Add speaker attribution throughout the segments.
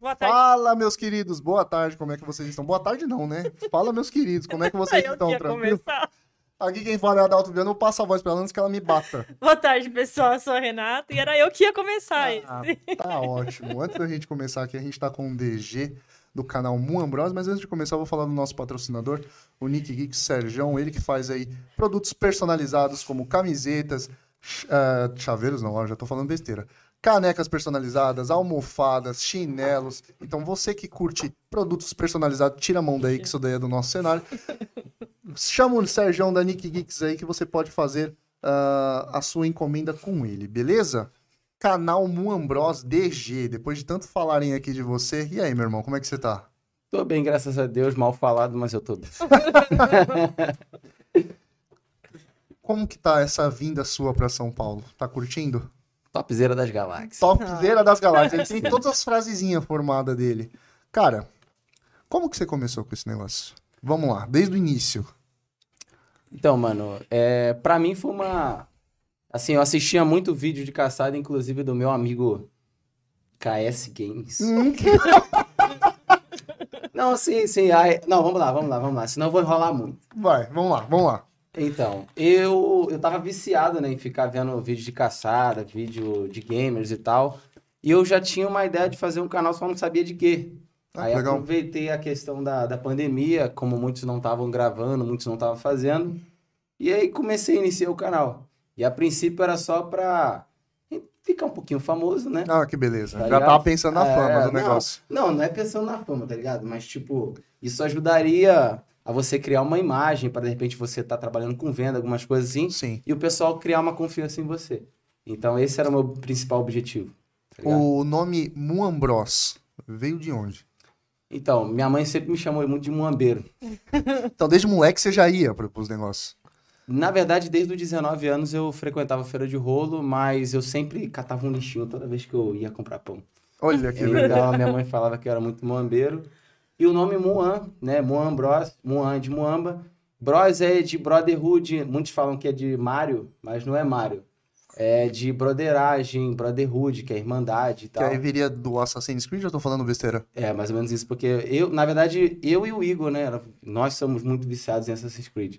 Speaker 1: Boa tarde.
Speaker 2: Fala, meus queridos, boa tarde, como é que vocês estão? Boa tarde não, né? Fala, meus queridos, como é que vocês
Speaker 1: Eu
Speaker 2: estão?
Speaker 1: ia
Speaker 2: Tranquilo?
Speaker 1: começar.
Speaker 2: Aqui quem fala é a Adalto Viana, eu passo a voz pra ela antes que ela me bata.
Speaker 1: Boa tarde, pessoal. Eu sou a Renata e era eu que ia começar isso.
Speaker 2: Ah, tá ótimo. Antes da gente começar aqui, a gente tá com o DG do canal Moon Ambrose, mas antes de começar, eu vou falar do nosso patrocinador, o Nick Geek Serjão, ele que faz aí produtos personalizados como camisetas, ch- ah, chaveiros não, ó, já tô falando besteira. Canecas personalizadas, almofadas, chinelos. Então você que curte produtos personalizados, tira a mão daí, que isso daí é do nosso cenário. Chama o Serjão da Nick Geeks aí que você pode fazer ah, a sua encomenda com ele, beleza? canal Muambros DG. Depois de tanto falarem aqui de você. E aí, meu irmão, como é que você tá?
Speaker 3: Tô bem, graças a Deus, mal falado, mas eu tô bem.
Speaker 2: Como que tá essa vinda sua pra São Paulo? Tá curtindo?
Speaker 3: Topzera das galáxias.
Speaker 2: Topzera das galáxias. Ele tem todas as frasezinhas formadas dele. Cara, como que você começou com esse negócio? Vamos lá, desde o início.
Speaker 3: Então, mano, é, pra mim foi uma. Assim, eu assistia muito vídeo de caçada, inclusive do meu amigo KS Games. Não, sim, sim. ai- Não, vamos lá, vamos lá, vamos lá. Senão eu vou enrolar muito.
Speaker 2: Vai, vamos lá, vamos lá.
Speaker 3: Então, eu, eu tava viciado, né, em ficar vendo vídeo de caçada, vídeo de gamers e tal. E eu já tinha uma ideia de fazer um canal, só não sabia de quê.
Speaker 2: Ah,
Speaker 3: Aí
Speaker 2: que legal.
Speaker 3: aproveitei a questão da, da pandemia, como muitos não estavam gravando, muitos não estavam fazendo. E aí comecei a iniciar o canal. E a princípio era só pra ficar um pouquinho famoso, né?
Speaker 2: Ah, que beleza.
Speaker 3: Tá
Speaker 2: Já
Speaker 3: ligado?
Speaker 2: tava pensando na
Speaker 3: É,
Speaker 2: fama do
Speaker 3: não.
Speaker 2: negócio.
Speaker 3: Não, não é pensando na fama, tá ligado? Mas, tipo, isso ajudaria a você criar uma imagem para de repente você tá trabalhando com venda, algumas coisas assim,
Speaker 2: Sim.
Speaker 3: e o pessoal criar uma confiança em você. Então, esse era o meu principal objetivo. tá ligado?
Speaker 2: O nome Muambros veio de onde?
Speaker 3: Então, minha mãe sempre me chamou muito de muambeiro.
Speaker 2: Então, desde moleque você já ia pro- pros negócios.
Speaker 3: Na verdade, desde os 19 anos eu frequentava a feira de rolo, mas eu sempre catava um lixinho toda vez que eu ia comprar pão.
Speaker 2: Olha que
Speaker 3: É
Speaker 2: legal.
Speaker 3: legal, minha mãe falava que eu era muito muambeiro. E o nome Muan, né? Muan Bros, Muan de Muamba. Bros é de Brotherhood, muitos falam que é de Mário, mas não é Mário. É de broderagem, Brotherhood, que é irmandade e
Speaker 2: Que
Speaker 3: tal.
Speaker 2: aí viria do Assassin's Creed, eu tô falando besteira.
Speaker 3: É, mais ou menos isso, porque eu, na verdade, eu e o Igor, né? era- Nós somos muito viciados em Assassin's Creed.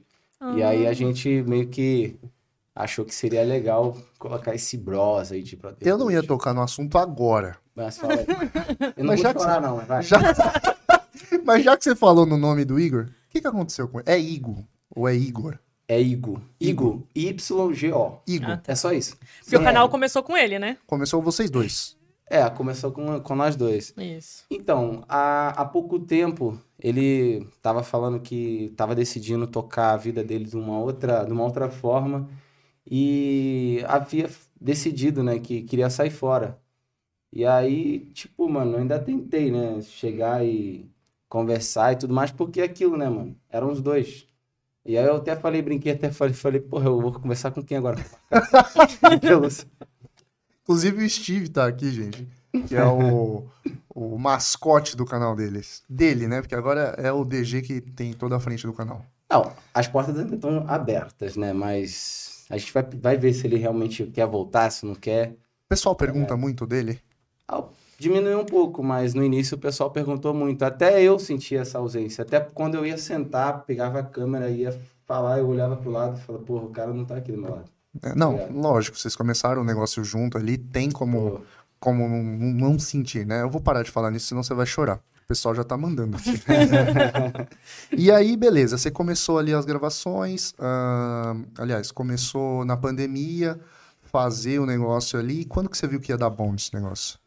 Speaker 3: E
Speaker 1: Ah.
Speaker 3: aí a gente meio que achou que seria legal colocar esse Bros aí de Brotherhood.
Speaker 2: Eu não ia tocar no assunto agora.
Speaker 3: Mas fala aí. Eu não
Speaker 2: Mas já
Speaker 3: vou
Speaker 2: que
Speaker 3: chorar, não, vai.
Speaker 2: Já- Mas já que você falou no nome do Igor, o que, que aconteceu com ele? É Igor ou é Igor?
Speaker 3: É Igo. Igo. Y-G-O.
Speaker 2: Igor.
Speaker 1: Ah.
Speaker 3: É só isso.
Speaker 1: Porque o
Speaker 3: Sim.
Speaker 1: canal começou com ele, né?
Speaker 2: Começou vocês dois.
Speaker 3: É, começou com, com nós dois.
Speaker 1: Isso.
Speaker 3: Então, há, há pouco tempo, ele tava falando que tava decidindo tocar a vida dele de uma outra, de uma outra forma e havia decidido, né, que queria sair fora. E aí, tipo, mano, eu ainda tentei, né, chegar e conversar e tudo mais, porque é aquilo, né, mano? Eram os dois. E aí eu até falei, brinquei, até falei, falei, porra, eu vou conversar com quem agora?
Speaker 2: Inclusive o Steve tá aqui, gente. Que é o, o mascote do canal deles. Dele, né? Porque agora é o DG que tem toda a frente do canal.
Speaker 3: Não, as portas ainda estão abertas, né? Mas a gente vai, vai ver se ele realmente quer voltar, se não quer.
Speaker 2: O pessoal pergunta muito dele.
Speaker 3: Ah, Diminuiu um pouco, mas no início o pessoal perguntou muito. Até eu sentia essa ausência. Até quando eu ia sentar, pegava a câmera, ia falar, eu olhava pro lado e falava, porra, o cara não tá aqui do meu lado.
Speaker 2: É, Não,
Speaker 3: É. Uhum.
Speaker 2: lógico, vocês começaram o negócio junto ali, tem como,
Speaker 3: Pô,
Speaker 2: como não- não sentir, né? Eu vou parar de falar nisso, senão você vai chorar. O pessoal já tá mandando aqui. E aí, beleza, você começou ali as gravações, ahn, aliás, começou na pandemia, fazer o negócio ali. Quando que você viu que ia dar bom nesse negócio?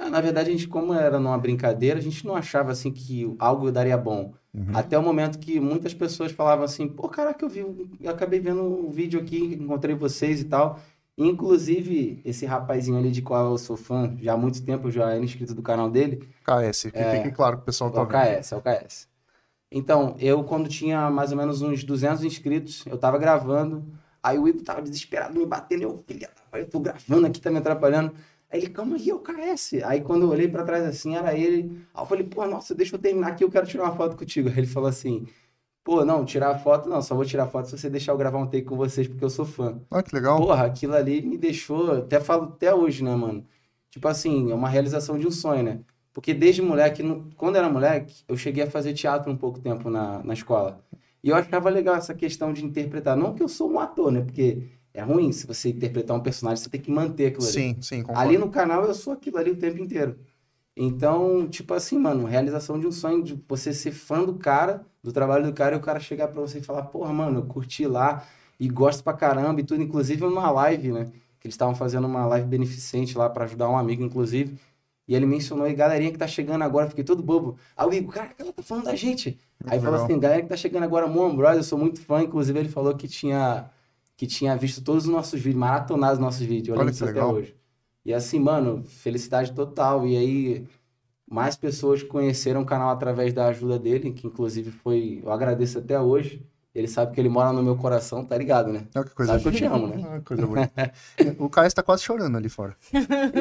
Speaker 3: Ah, na verdade, a gente, como era numa brincadeira, a gente não achava assim que algo daria bom. Até o momento que muitas pessoas falavam assim, pô, caraca, eu vi, eu acabei vendo um vídeo aqui, encontrei vocês e tal. Inclusive, esse rapazinho ali de qual eu sou fã, já há muito tempo eu já era inscrito do canal dele,
Speaker 2: KS, que fique claro que o pessoal
Speaker 3: é
Speaker 2: tá
Speaker 3: o
Speaker 2: vendo.
Speaker 3: KS, é o KS. Então, eu quando tinha mais ou menos uns 200 inscritos, eu tava gravando, aí o Igor tava desesperado me batendo, eu, filha, da mãe, eu tô gravando aqui, tá me atrapalhando. Aí ele, calma aí, é o KS. Aí quando eu olhei pra trás assim, era ele. Aí eu falei, pô, nossa, deixa eu terminar aqui, eu quero tirar uma foto contigo. Aí ele falou assim, pô, não, tirar foto não, só vou tirar foto se você deixar eu gravar um take com vocês, porque eu sou fã.
Speaker 2: Olha Ah, que legal.
Speaker 3: Porra, aquilo ali me deixou, até falo até hoje, né, mano? Tipo assim, é uma realização de um sonho, né? Porque desde moleque, no- quando era moleque, eu cheguei a fazer teatro um pouco tempo na, na escola. E eu achava legal essa questão de interpretar. Não que eu sou um ator, né? Porque é ruim se você interpretar um personagem, você tem que manter aquilo ali.
Speaker 2: Sim, sim, concordo.
Speaker 3: Ali no canal eu sou aquilo ali o tempo inteiro. Então, tipo assim, mano, realização de um sonho de você ser fã do cara, do trabalho do cara, e o cara chegar pra você e falar, porra, mano, eu curti lá e gosto pra caramba e tudo, inclusive numa live, né? Que eles estavam fazendo uma live beneficente lá pra ajudar um amigo, inclusive. E ele mencionou, e galerinha que tá chegando agora, eu fiquei todo bobo. Aí o Igor, caraca, ela tá falando da gente. Aí
Speaker 2: Legal.
Speaker 3: falou assim, galera que tá chegando agora, Moon Bros, eu sou muito fã, inclusive ele falou que tinha, que tinha visto todos os nossos vídeos, maratonado os nossos vídeos, eu
Speaker 2: Olha
Speaker 3: lembro
Speaker 2: que
Speaker 3: disso até
Speaker 2: legal.
Speaker 3: hoje. E assim, mano, felicidade total. E aí, mais pessoas conheceram o canal através da ajuda dele, que inclusive foi. Eu agradeço até hoje. Ele sabe que ele mora no meu coração, tá ligado, né?
Speaker 2: Olha que É coisa
Speaker 3: Sabe que eu te amo, né?
Speaker 2: Ah, coisa bonita. o Caio está quase chorando ali fora.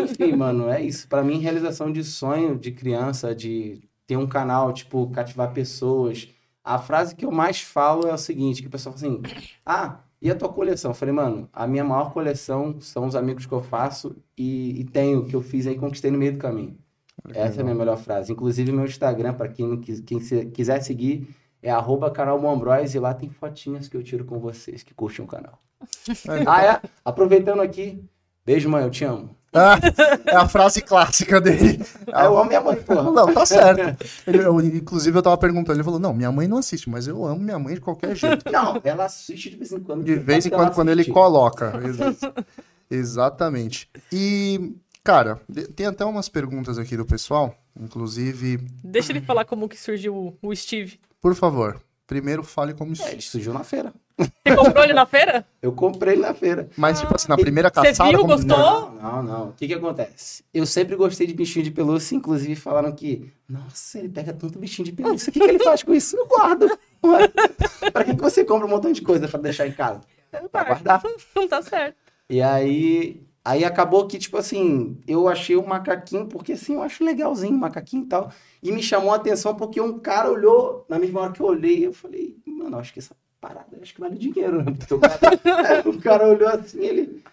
Speaker 3: Enfim, mano, é isso. Pra mim, realização de sonho de criança, de ter um canal, tipo, cativar pessoas. A frase que eu mais falo é o seguinte, que o pessoal fala assim, ah, e a tua coleção? Eu falei, mano, a minha maior coleção são os amigos que eu faço e, e tenho, que eu fiz aí, conquistei no meio do caminho.
Speaker 2: Olha que
Speaker 3: Essa é a
Speaker 2: legal.
Speaker 3: minha melhor frase. Inclusive, meu Instagram, para quem, não quis- quem se- quiser seguir, é arroba canal Monbroys, e lá tem fotinhas que eu tiro com vocês que curtem o canal. ah, é? Aproveitando aqui, beijo, mãe, eu te amo.
Speaker 2: Ah, é a frase clássica dele.
Speaker 3: Ah, eu amo minha mãe, porra.
Speaker 2: Não, tá certo. Ele- eu- inclusive, eu tava perguntando, ele falou, não, minha mãe não assiste, mas eu amo minha mãe de qualquer jeito.
Speaker 3: Não, ela assiste de vez em quando.
Speaker 2: De vez em
Speaker 3: Ela
Speaker 2: quando, quando ele
Speaker 3: assiste.
Speaker 2: coloca. Ex- Exatamente. E, cara, de- tem até umas perguntas aqui do pessoal, inclusive,
Speaker 1: Deixa ele falar como que surgiu o- o Steve.
Speaker 2: por favor, primeiro fale como...
Speaker 3: É, ele surgiu na feira.
Speaker 1: Você comprou ele na feira?
Speaker 3: Eu comprei ele na feira.
Speaker 2: Mas, tipo assim, na primeira
Speaker 1: Você
Speaker 2: caçada...
Speaker 1: viu,
Speaker 2: como-
Speaker 1: gostou?
Speaker 3: Não, não, não. O que que acontece? Eu sempre gostei de bichinho de pelúcia, inclusive falaram que, nossa, ele pega tanto bichinho de pelúcia, o que que ele faz com isso? Eu guardo. Ué, pra que que você compra um montão de coisa pra deixar em casa? Pra guardar.
Speaker 1: Não tá certo.
Speaker 3: E aí, aí acabou que, tipo assim, eu achei o macaquinho, porque assim, eu acho legalzinho o macaquinho e tal. E me chamou a atenção porque um cara olhou, na mesma hora que eu olhei, eu falei, mano, acho que essa parada, acho que vale dinheiro, né? Porque o cara, o cara olhou assim, ele...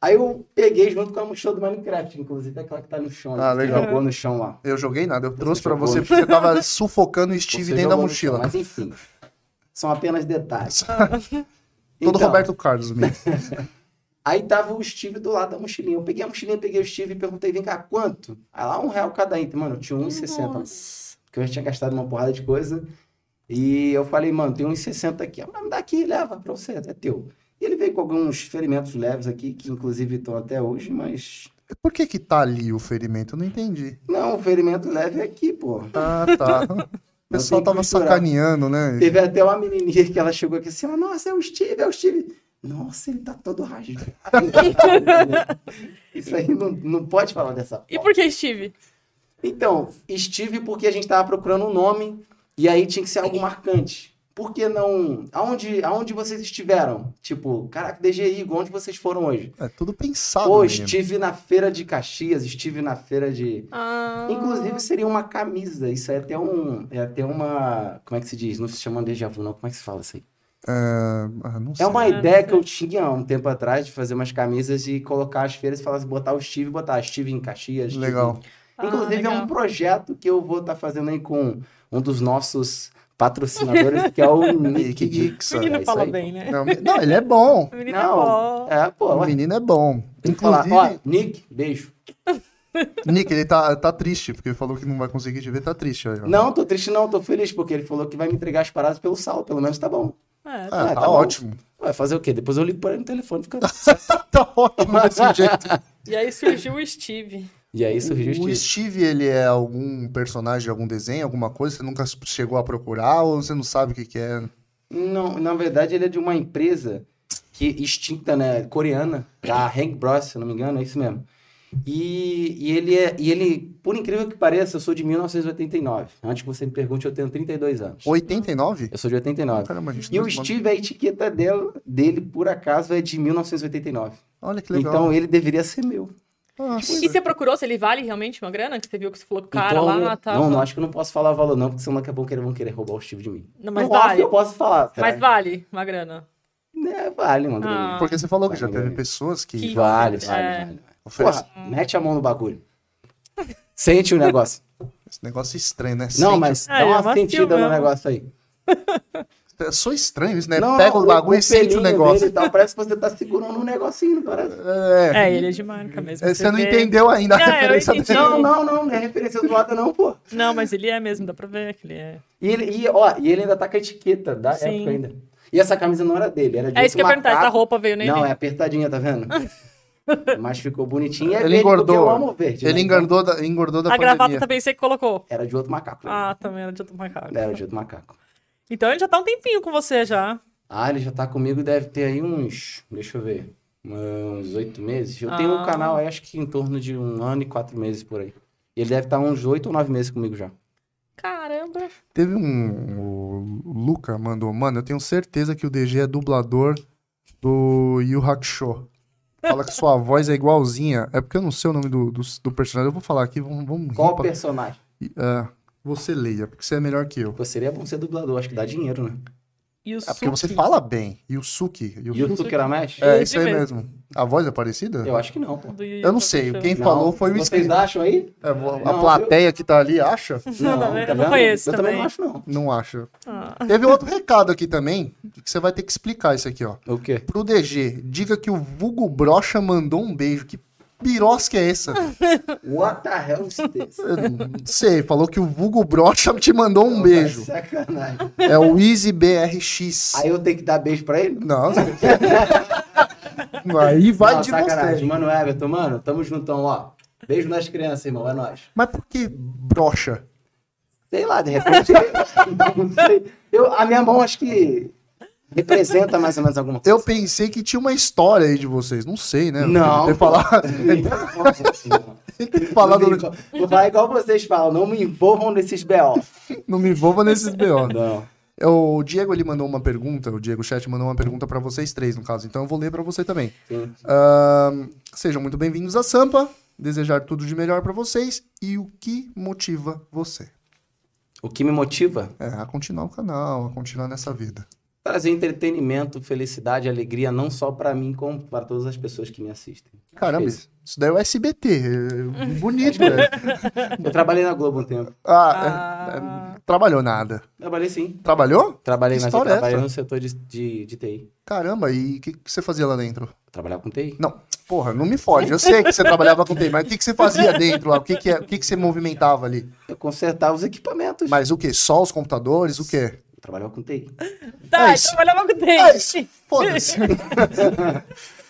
Speaker 3: Aí eu peguei junto com a mochila do Minecraft, inclusive, aquela que tá no chão.
Speaker 2: Ah,
Speaker 3: né?
Speaker 2: legal.
Speaker 3: Jogou no chão lá.
Speaker 2: Eu joguei nada, eu trouxe pra
Speaker 3: jogou.
Speaker 2: você porque você tava sufocando o Steve
Speaker 3: Você
Speaker 2: dentro da
Speaker 3: jogou no chão,
Speaker 2: mochila.
Speaker 3: Mas enfim, são apenas detalhes.
Speaker 2: Todo
Speaker 3: Então,
Speaker 2: Roberto Carlos mesmo.
Speaker 3: Aí tava o Steve do lado da mochilinha. Eu peguei a mochilinha, peguei o Steve e perguntei, vem cá, quanto? Aí lá, um real cada item. Mano, eu tinha 1,60,
Speaker 1: Nossa.
Speaker 3: porque eu já tinha gastado uma porrada de coisa. E eu falei, mano, tem 1,60 aqui. Ah, mas me dá aqui, leva pra você, é teu. E ele veio com alguns ferimentos leves aqui, que inclusive estão até hoje, mas...
Speaker 2: Por que que tá ali o ferimento? Eu não entendi.
Speaker 3: Não, o ferimento leve é aqui, pô.
Speaker 2: Ah, tá. O pessoal
Speaker 3: tem que
Speaker 2: tava
Speaker 3: misturar.
Speaker 2: sacaneando, né?
Speaker 3: Teve até uma menininha que ela chegou aqui assim, ela, nossa, é o Steve, é o Steve. Nossa, ele tá todo rajado. Isso aí não, não pode falar dessa
Speaker 1: E
Speaker 3: forma.
Speaker 1: por que Steve?
Speaker 3: Então, Steve, porque a gente tava procurando um nome e aí tinha que ser algo marcante. Por que não. Aonde, aonde vocês estiveram? Tipo, caraca, DG Igor, onde vocês foram hoje?
Speaker 2: É tudo pensado,
Speaker 3: Pô,
Speaker 2: menino.
Speaker 3: estive na feira de Caxias, estive na feira de.
Speaker 1: Ah,
Speaker 3: Inclusive, seria uma camisa. Isso é até um. É até uma. Como é que se diz? Não se chama déjà vu, não. Como é que se fala isso aí?
Speaker 2: Ah, não sei.
Speaker 3: É uma
Speaker 1: Certo.
Speaker 3: ideia que eu tinha há um tempo atrás de fazer umas camisas e colocar as feiras e falar assim, botar o Steve, botar Steve em Caxias. Steve
Speaker 2: Legal.
Speaker 1: ah,
Speaker 3: Inclusive, é
Speaker 1: legal.
Speaker 3: um projeto que eu vou estar fazendo aí com um dos nossos patrocinadores, que é o Nick
Speaker 2: Nick Geeks.
Speaker 1: O menino
Speaker 3: é isso
Speaker 1: fala
Speaker 3: aí,
Speaker 1: bem, né?
Speaker 2: Não, me- não, ele é bom.
Speaker 1: O menino é
Speaker 3: Não,
Speaker 1: bom.
Speaker 3: é, pô,
Speaker 2: O
Speaker 3: ué,
Speaker 2: menino é bom.
Speaker 3: tem que falar.
Speaker 2: Inclusive,
Speaker 3: Ó, Nick, beijo.
Speaker 2: Nick, ele tá, tá triste, porque ele falou que não vai conseguir te ver, tá triste. Aí, ó.
Speaker 3: Não, tô triste não, tô feliz, porque ele falou que vai me entregar as paradas pelo sal, pelo menos tá bom.
Speaker 1: É,
Speaker 2: Ah,
Speaker 3: É,
Speaker 2: tá,
Speaker 3: tá bom.
Speaker 2: ótimo.
Speaker 3: Vai fazer o quê? Depois eu ligo pra ele no telefone, fica...
Speaker 2: Tá ótimo desse jeito.
Speaker 1: E aí surgiu o Steve.
Speaker 3: E aí surgiu o
Speaker 2: O
Speaker 3: Steve.
Speaker 2: Steve, ele é algum personagem de algum desenho, alguma coisa? Você nunca chegou a procurar ou você não sabe o que, que é?
Speaker 3: Não, na verdade, ele é de uma empresa que extinta, né? Coreana, da Hank Bros, se eu não me engano, é isso mesmo. E, e ele é. E ele, por incrível que pareça, eu sou de 1989. Antes que você me pergunte, eu tenho 32 anos.
Speaker 2: 89?
Speaker 3: Eu sou de 89.
Speaker 2: Caramba, a gente
Speaker 3: E
Speaker 2: não
Speaker 3: o
Speaker 2: responde.
Speaker 3: Steve, a etiqueta dela, dele, por acaso, é de 1989.
Speaker 2: Olha que legal.
Speaker 3: Então ele deveria ser meu. Então,
Speaker 2: Nossa.
Speaker 1: E você procurou se ele vale realmente uma grana? Que você viu que você falou, cara,
Speaker 3: Então,
Speaker 1: lá tá.
Speaker 3: Não, não, acho que eu não posso falar o valor, não, porque senão daqui a pouco eles vão querer roubar o Steve de mim.
Speaker 1: Não, mas
Speaker 3: não, acho que
Speaker 1: vale.
Speaker 3: eu posso falar. será?
Speaker 1: Mas vale uma grana.
Speaker 3: É, vale, mano.
Speaker 1: Ah.
Speaker 2: Porque você falou que já
Speaker 3: Valeu.
Speaker 2: teve pessoas que,
Speaker 1: Que-
Speaker 3: Vale, vale,
Speaker 1: É.
Speaker 3: vale.
Speaker 2: oferecem.
Speaker 3: Porra, mete a mão no bagulho. Sente o negócio.
Speaker 2: negócio estranho, né?
Speaker 3: Não,
Speaker 2: Sente-
Speaker 3: mas
Speaker 1: Ah,
Speaker 3: dá
Speaker 1: é
Speaker 3: uma
Speaker 1: macio
Speaker 3: sentida no
Speaker 1: mesmo.
Speaker 3: negócio aí.
Speaker 2: É só estranho isso, né?
Speaker 3: Não,
Speaker 2: Pega o bagulho e sente o
Speaker 3: pelinho
Speaker 2: negócio.
Speaker 3: dele e tal, parece que você tá segurando um negocinho, parece.
Speaker 2: É,
Speaker 1: É, ele é de marca mesmo.
Speaker 2: é, você não
Speaker 1: vê.
Speaker 2: entendeu ainda a
Speaker 1: Ah, eu
Speaker 2: referência
Speaker 1: entendi.
Speaker 2: dele.
Speaker 3: Não, não, não, não é referência zoada não, pô.
Speaker 1: Não, mas ele é mesmo, dá pra ver que ele é.
Speaker 3: E ele, e, ó, e ele ainda tá com a etiqueta da
Speaker 1: Sim.
Speaker 3: época ainda. E essa camisa não era dele, era de
Speaker 1: É isso que eu
Speaker 3: outro
Speaker 1: ia perguntar, essa
Speaker 3: macaco.
Speaker 1: roupa veio nele.
Speaker 3: Não, é apertadinha, tá vendo? Mas ficou bonitinha. É
Speaker 2: Ele
Speaker 3: verde, porque
Speaker 2: engordou.
Speaker 3: Eu amo verde, né?
Speaker 2: Ele
Speaker 3: Então,
Speaker 2: engordou da, engordou da
Speaker 1: a gravata tá-
Speaker 2: pandemia.
Speaker 1: também você que colocou.
Speaker 3: Era de outro macaco. né?
Speaker 1: Ah, também era de outro macaco.
Speaker 3: Era de outro macaco.
Speaker 1: Então ele já tá um tempinho com você já.
Speaker 3: Ah, ele já tá comigo, deve ter aí uns. Deixa eu ver. Uns oito meses. Eu tenho um
Speaker 1: Ah.
Speaker 3: canal aí, acho que em torno de um ano e quatro meses por aí. Ele deve estar uns oito ou nove meses comigo já.
Speaker 1: Caramba.
Speaker 2: Teve um. O Luca mandou, mano, eu tenho certeza que o DG é dublador do Yu Hakusho. Fala que sua voz é igualzinha. É porque eu não sei o nome do, do, do personagem. Eu vou falar aqui, vamos, vamos rir
Speaker 3: Qual
Speaker 2: pra-
Speaker 3: personagem?
Speaker 2: É, você leia, porque você é melhor que eu.
Speaker 3: Pô, seria bom ser dublador, acho que dá dinheiro, né?
Speaker 1: E o
Speaker 2: É porque você
Speaker 1: Suki?
Speaker 2: fala bem. Yusuke.
Speaker 3: E o
Speaker 2: Yusuke.
Speaker 3: Tukiramesh?
Speaker 2: É,
Speaker 1: Yusuke
Speaker 2: isso aí
Speaker 1: mesmo.
Speaker 2: mesmo. A voz é parecida?
Speaker 3: Eu acho que não, pô.
Speaker 1: Do Yu Yu
Speaker 2: Eu não sei,
Speaker 1: Hakusho.
Speaker 2: quem
Speaker 3: Não.
Speaker 2: falou foi o
Speaker 3: Vocês
Speaker 2: inscrito.
Speaker 3: acham aí?
Speaker 2: É, vo-
Speaker 3: Não,
Speaker 2: a
Speaker 3: eu-
Speaker 2: plateia que tá ali acha?
Speaker 1: Não, eu não
Speaker 3: vendo?
Speaker 1: conheço
Speaker 3: Eu também
Speaker 1: também.
Speaker 3: não acho, não.
Speaker 2: Não acha.
Speaker 1: Ah,
Speaker 2: Teve outro recado aqui também, que você vai ter que explicar isso aqui, ó.
Speaker 3: O quê?
Speaker 2: Pro DG, diga que o Vulgo Brocha mandou um beijo. Que pirosca é essa?
Speaker 3: What the hell is this?
Speaker 2: Eu não sei, falou que o Vulgo Brocha te mandou um beijo.
Speaker 3: Tá de Sacanagem.
Speaker 2: É o EasyBRX.
Speaker 3: Aí eu tenho que dar beijo pra ele?
Speaker 2: Não, você- aí vai
Speaker 3: Não,
Speaker 2: de
Speaker 3: sacanagem.
Speaker 2: você.
Speaker 3: Mano Everton, mano, tamo juntão, ó. Beijo nas crianças, irmão, é nóis.
Speaker 2: Mas por que brocha?
Speaker 3: Sei lá, de repente. não sei. Eu, a minha mão acho que representa mais ou menos alguma coisa.
Speaker 2: Eu pensei que tinha uma história aí de vocês. Não sei, né?
Speaker 3: Não.
Speaker 2: Tem que falar, tem que falar
Speaker 3: assim, né? Não
Speaker 2: do-
Speaker 3: me envol- Vou falar igual vocês falam, não me envolvam nesses B.O.
Speaker 2: Não me envolva nesses B.O.
Speaker 3: Não.
Speaker 2: É, O Diego ele mandou uma pergunta, o Diego Chat mandou uma pergunta pra vocês três, no caso. Então eu vou ler pra você também.
Speaker 3: Sim.
Speaker 2: Ahn, sejam muito bem-vindos à Sampa. Desejar tudo de melhor pra vocês e o que motiva você
Speaker 3: O que me motiva?
Speaker 2: é, a continuar o canal, a continuar nessa vida.
Speaker 3: Trazer entretenimento, felicidade, alegria, não só pra mim, como pra todas as pessoas que me assistem.
Speaker 2: Caramba,
Speaker 3: Acho que é isso.
Speaker 2: isso, daí é o SBT. é bonito, velho.
Speaker 3: Eu trabalhei na Globo um tempo.
Speaker 1: Tá,
Speaker 2: Ah, é, é, trabalhou nada.
Speaker 3: Trabalhei sim.
Speaker 2: Trabalhou?
Speaker 3: Trabalhei,
Speaker 2: Que
Speaker 3: mas eu
Speaker 2: história é
Speaker 3: trabalhei
Speaker 2: essa?
Speaker 3: no setor de, de, de TI.
Speaker 2: Caramba, e o que, que você fazia lá dentro?
Speaker 3: Trabalhava com TI.
Speaker 2: Não, porra, não me fode. Eu sei que você trabalhava com TI, mas o que, que você fazia dentro lá? O que, que, é- o que, que você movimentava ali?
Speaker 3: Eu consertava os equipamentos.
Speaker 2: Mas o que? Só os computadores? O quê?
Speaker 3: Eu trabalhava com TI.
Speaker 1: tá,
Speaker 2: É isso.
Speaker 1: então vai logo dele.
Speaker 2: É isso. Foda-se.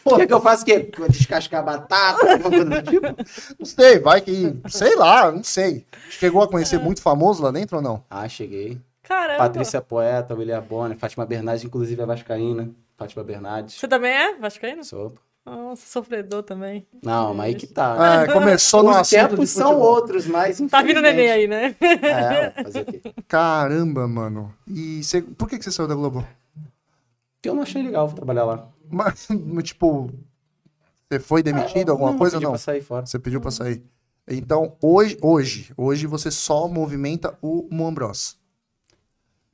Speaker 3: O que, é que eu faço? O quê? Descascar batata, alguma coisa do tipo?
Speaker 2: Não sei, vai que. Sei lá, não sei. Chegou a conhecer muito famoso lá dentro ou não?
Speaker 3: Ah, cheguei.
Speaker 1: Caramba.
Speaker 3: É, Patrícia Poeta, William Bonner, Fátima Bernardes, inclusive a Vascaína. Fátima Bernardes.
Speaker 1: Você também é vascaíno?
Speaker 3: Sou.
Speaker 1: Nossa, sofredor também.
Speaker 3: Não, mas aí que tá.
Speaker 2: É, começou no
Speaker 3: Os
Speaker 2: assunto de
Speaker 3: tempos são
Speaker 2: futebol.
Speaker 3: outros, mas.
Speaker 1: Tá vindo
Speaker 3: infelizmente-
Speaker 1: neném aí, né?
Speaker 3: É, fazer o quê?
Speaker 2: Caramba, mano. E você- por que, que você saiu da Globo?
Speaker 3: Porque eu não achei legal trabalhar lá.
Speaker 2: Mas, tipo, você foi demitido, alguma
Speaker 3: Não,
Speaker 2: coisa ou
Speaker 3: pedi
Speaker 2: não?
Speaker 3: Pra sair fora.
Speaker 2: Você pediu pra sair. Então, hoje, hoje, hoje você só movimenta o Moambros.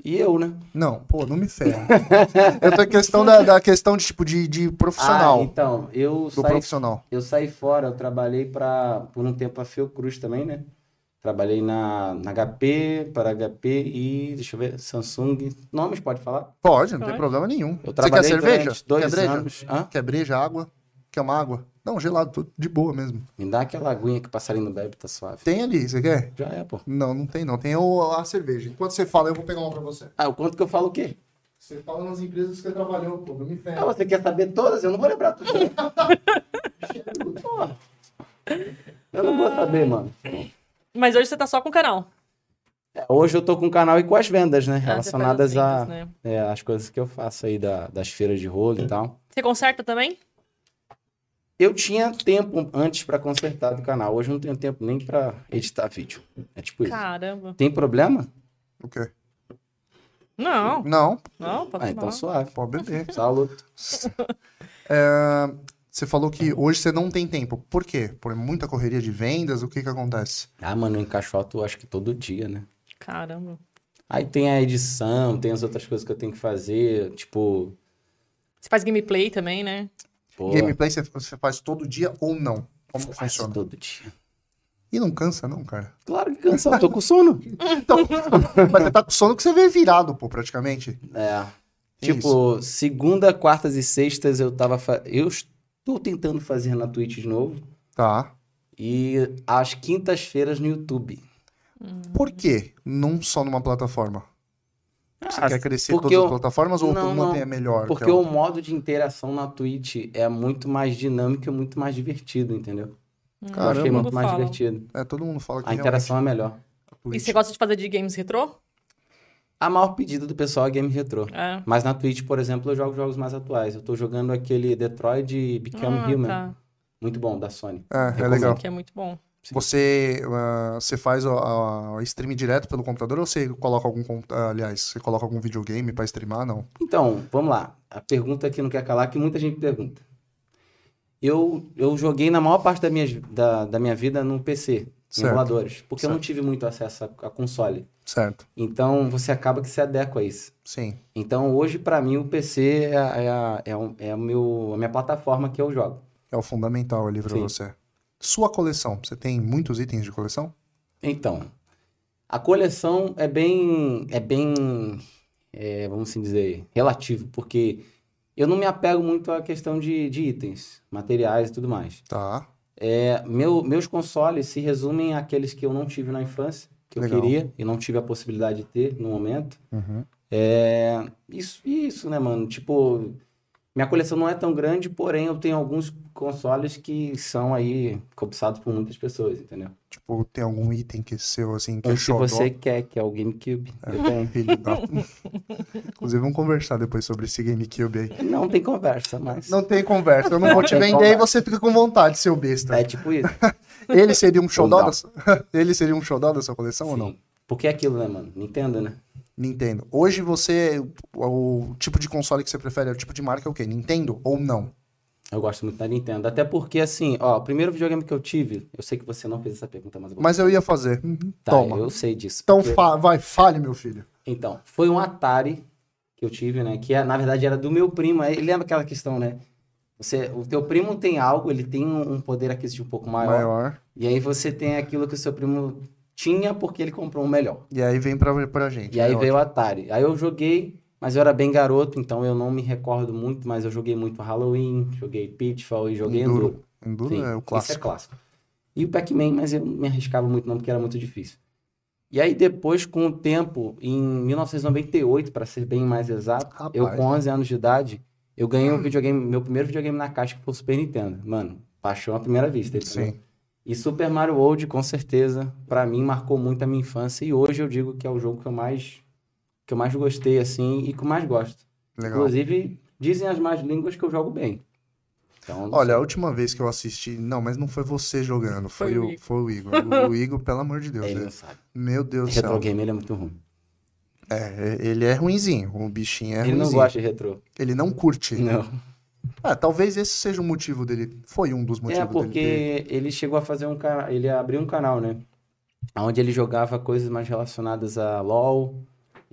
Speaker 3: E eu, né?
Speaker 2: Não, pô, não me ferra. Eu tô em questão da, da questão de tipo de, de
Speaker 3: Ah,
Speaker 2: profissional.
Speaker 3: então, eu
Speaker 2: do
Speaker 3: saí
Speaker 2: profissional.
Speaker 3: Eu saí fora, eu trabalhei para por um tempo a Fiocruz também, né? Trabalhei na, na HP, para HP e, deixa eu ver, Samsung. Nomes pode falar?
Speaker 2: Pode, não tem
Speaker 1: Pode.
Speaker 2: problema nenhum.
Speaker 3: Eu
Speaker 2: Você quer
Speaker 3: trabalhei
Speaker 2: cerveja?
Speaker 3: durante dois
Speaker 2: quer breja?
Speaker 3: anos. Hã?
Speaker 2: Quer breja, água? Quer uma água? Não, gelado, tudo de boa mesmo.
Speaker 3: Me dá aquela aguinha que o passarinho bebe, tá suave.
Speaker 2: Tem ali, você quer?
Speaker 3: Já é, pô.
Speaker 2: Não, não tem não. Tem o- a cerveja. Enquanto você fala, eu vou pegar uma pra você.
Speaker 3: Ah, o quanto que eu falo o quê?
Speaker 2: Você fala nas empresas que você trabalhou, pô, não me
Speaker 3: Ah,
Speaker 2: ferra.
Speaker 3: você quer saber todas? Eu não vou lembrar tudo. Porra. Eu não vou saber, mano.
Speaker 1: Mas hoje você tá só com o canal.
Speaker 3: É, Hoje eu tô com o canal e com as vendas, né?
Speaker 1: Ah, você faz
Speaker 3: Relacionadas
Speaker 1: as
Speaker 3: a,
Speaker 1: vendas, né?
Speaker 3: é, as coisas que eu faço aí da- das feiras de rolo e tal.
Speaker 1: Você conserta também?
Speaker 3: Eu tinha tempo antes pra consertar do canal. Hoje eu não tenho tempo nem pra editar vídeo. É tipo isso.
Speaker 1: Caramba.
Speaker 3: Tem problema?
Speaker 2: O quê?
Speaker 1: Não,
Speaker 2: Não,
Speaker 1: não, pode
Speaker 3: Ah, então
Speaker 1: tomar.
Speaker 3: suave. Tá
Speaker 2: pode beber.
Speaker 3: Saluto.
Speaker 2: É, Você falou que hoje você não tem tempo. Por quê? Por muita correria de vendas, o que que acontece?
Speaker 3: Ah, mano, eu encaixoto acho que todo dia, né?
Speaker 1: Caramba.
Speaker 3: Aí tem a edição, tem as outras coisas que eu tenho que fazer. Tipo,
Speaker 1: Você faz gameplay também, né?
Speaker 3: pô,
Speaker 2: Gameplay você- você faz todo dia ou não? Como que
Speaker 3: faço
Speaker 2: funciona?
Speaker 3: todo dia.
Speaker 2: E não cansa, não, cara.
Speaker 3: Claro que cansa, eu tô com sono.
Speaker 2: Então, mas você tá com sono que você vê virado, pô, praticamente.
Speaker 3: É.
Speaker 2: Tem
Speaker 3: Tipo, segunda, quartas e sextas eu tava. fa- Eu estou tentando fazer na Twitch de novo.
Speaker 2: Tá.
Speaker 3: E às quintas-feiras no YouTube.
Speaker 2: Por quê? Não só numa plataforma. Você
Speaker 3: Ah,
Speaker 2: quer crescer
Speaker 3: porque
Speaker 2: todas as
Speaker 3: eu-
Speaker 2: plataformas ou
Speaker 3: Não,
Speaker 2: uma
Speaker 3: não.
Speaker 2: tem a melhor?
Speaker 3: Porque
Speaker 2: que é a
Speaker 3: o
Speaker 2: outra?
Speaker 3: modo de interação na Twitch é muito mais dinâmico e muito mais divertido, entendeu?
Speaker 1: Hum,
Speaker 3: Eu achei
Speaker 2: Caramba.
Speaker 3: muito mais divertido.
Speaker 2: É, todo mundo fala que
Speaker 3: A interação é melhor.
Speaker 1: E
Speaker 2: realmente
Speaker 1: você gosta de fazer de games retrô?
Speaker 3: A maior pedida do pessoal é game retrô.
Speaker 1: É.
Speaker 3: Mas na Twitch, por exemplo, eu jogo jogos mais atuais. Eu tô jogando aquele Detroit Become Human.
Speaker 1: tá.
Speaker 3: Muito bom, da Sony.
Speaker 2: é, é
Speaker 3: Recomendo.
Speaker 2: um né? legal.
Speaker 1: Que é muito bom.
Speaker 2: Você, ah, você faz o a- o stream direto pelo computador ou você coloca algum, com- ah, aliás, você coloca algum videogame pra streamar? Não.
Speaker 3: Então, vamos lá. A pergunta que não quer calar, que muita gente pergunta. Eu, eu joguei na maior parte da minha, da, da minha vida no PC, em
Speaker 2: Certo.
Speaker 3: emuladores, porque eu não
Speaker 2: Certo.
Speaker 3: tive muito acesso a, a console.
Speaker 2: Certo.
Speaker 3: Então, você acaba que se adequa a isso.
Speaker 2: Sim.
Speaker 3: Então, hoje, pra mim, o PC é, a- é, a- é, o- é o meu, a minha plataforma que eu jogo.
Speaker 2: É o fundamental ali pra
Speaker 3: Sim.
Speaker 2: você. Sua coleção, você tem muitos itens de coleção?
Speaker 3: Então, a coleção é bem, é bem, é, vamos assim dizer, relativo, porque eu não me apego muito à questão de, de itens, materiais e tudo mais.
Speaker 2: Tá.
Speaker 3: É, meu- meus consoles se resumem àqueles que eu não tive na infância, que eu
Speaker 2: Legal.
Speaker 3: queria e não tive a possibilidade de ter no momento.
Speaker 2: Uhum.
Speaker 3: É, isso, isso, né, mano? Tipo, minha coleção não é tão grande, porém eu tenho alguns consoles que são aí cobiçados por muitas pessoas, entendeu?
Speaker 2: Tipo, tem algum item que é seu, assim, que
Speaker 3: Um
Speaker 2: é
Speaker 3: que
Speaker 2: xodó?
Speaker 3: você quer, que é o GameCube. Eu tenho.
Speaker 2: Filho da... Inclusive, vamos conversar depois sobre esse GameCube aí.
Speaker 3: Não tem conversa, mas
Speaker 2: Não tem conversa, eu não vou te
Speaker 3: Tem
Speaker 2: vender e
Speaker 3: conversa.
Speaker 2: você fica com vontade, seu besta.
Speaker 3: é tipo isso.
Speaker 2: Ele seria um xodó
Speaker 3: não.
Speaker 2: da... su- Ele seria um xodó da sua coleção ou não?
Speaker 3: Sim. Porque é aquilo, né, mano? Nintendo, né?
Speaker 2: Nintendo. Hoje você. O, o tipo de console que você prefere, o tipo de marca é o quê? Nintendo ou não?
Speaker 3: Eu gosto muito da Nintendo. Até porque, assim, ó, o primeiro videogame que eu tive, eu sei que você não fez essa pergunta, mas eu vou
Speaker 2: Mas eu ia fazer. Uhum,
Speaker 3: Tá,
Speaker 2: Toma.
Speaker 3: eu sei disso.
Speaker 2: Então
Speaker 3: porque-
Speaker 2: fa- vai, fale, meu filho.
Speaker 3: Então, foi um Atari que eu tive, né? Que na verdade era do meu primo. Aí lembra aquela questão, né? Você, o teu primo tem algo, ele tem um um poder aquisitivo um pouco maior,
Speaker 2: Maior.
Speaker 3: E aí você tem aquilo que o seu primo tinha porque ele comprou um melhor.
Speaker 2: E aí vem pra, pra gente.
Speaker 3: E aí
Speaker 2: né,
Speaker 3: veio o Atari. Aí eu joguei, mas eu era bem garoto, então eu não me recordo muito, mas eu joguei muito Halloween, joguei Pitfall e joguei
Speaker 2: Enduro.
Speaker 3: Enduro.
Speaker 2: ó. Enduro é
Speaker 3: Sim,
Speaker 2: o
Speaker 3: Isso é
Speaker 2: clássico.
Speaker 3: clássico. E o Pac-Man, mas eu não me arriscava muito não, porque era muito difícil. E aí depois, com o tempo, em 1998, para ser bem mais exato,
Speaker 2: Rapaz. Hum.
Speaker 3: eu com 11 anos de idade, eu ganhei um videogame, meu primeiro videogame na caixa que foi o Super Nintendo. Mano, paixão à primeira vista. entendeu?
Speaker 2: Sim.
Speaker 3: E Super Mario World, com certeza, para mim marcou muito a minha infância e hoje eu digo que é o jogo que eu mais que eu mais gostei assim e que eu mais gosto.
Speaker 2: Legal.
Speaker 3: Inclusive, dizem as más línguas que eu jogo bem. Então,
Speaker 2: Olha, a última vez que eu assisti. Não, mas não foi você jogando, foi,
Speaker 1: Foi o
Speaker 2: o,
Speaker 1: Igor.
Speaker 2: foi o Igor. O, o Igor, pelo amor de Deus.
Speaker 3: ele
Speaker 2: né?
Speaker 3: não sabe.
Speaker 2: Meu Deus do
Speaker 3: Retro
Speaker 2: céu.
Speaker 3: game ele é muito ruim.
Speaker 2: É, ele é ruinzinho. O bichinho é
Speaker 3: ele não
Speaker 2: ruinzinho.
Speaker 3: gosta de retrô.
Speaker 2: Ele não curte.
Speaker 3: Não.
Speaker 2: Ah, talvez esse seja o motivo dele. Foi um dos
Speaker 3: É
Speaker 2: motivos
Speaker 3: porque
Speaker 2: dele. ter-
Speaker 3: ele chegou a fazer um canal, ele abriu um canal, né? Onde ele jogava coisas mais relacionadas a LoL,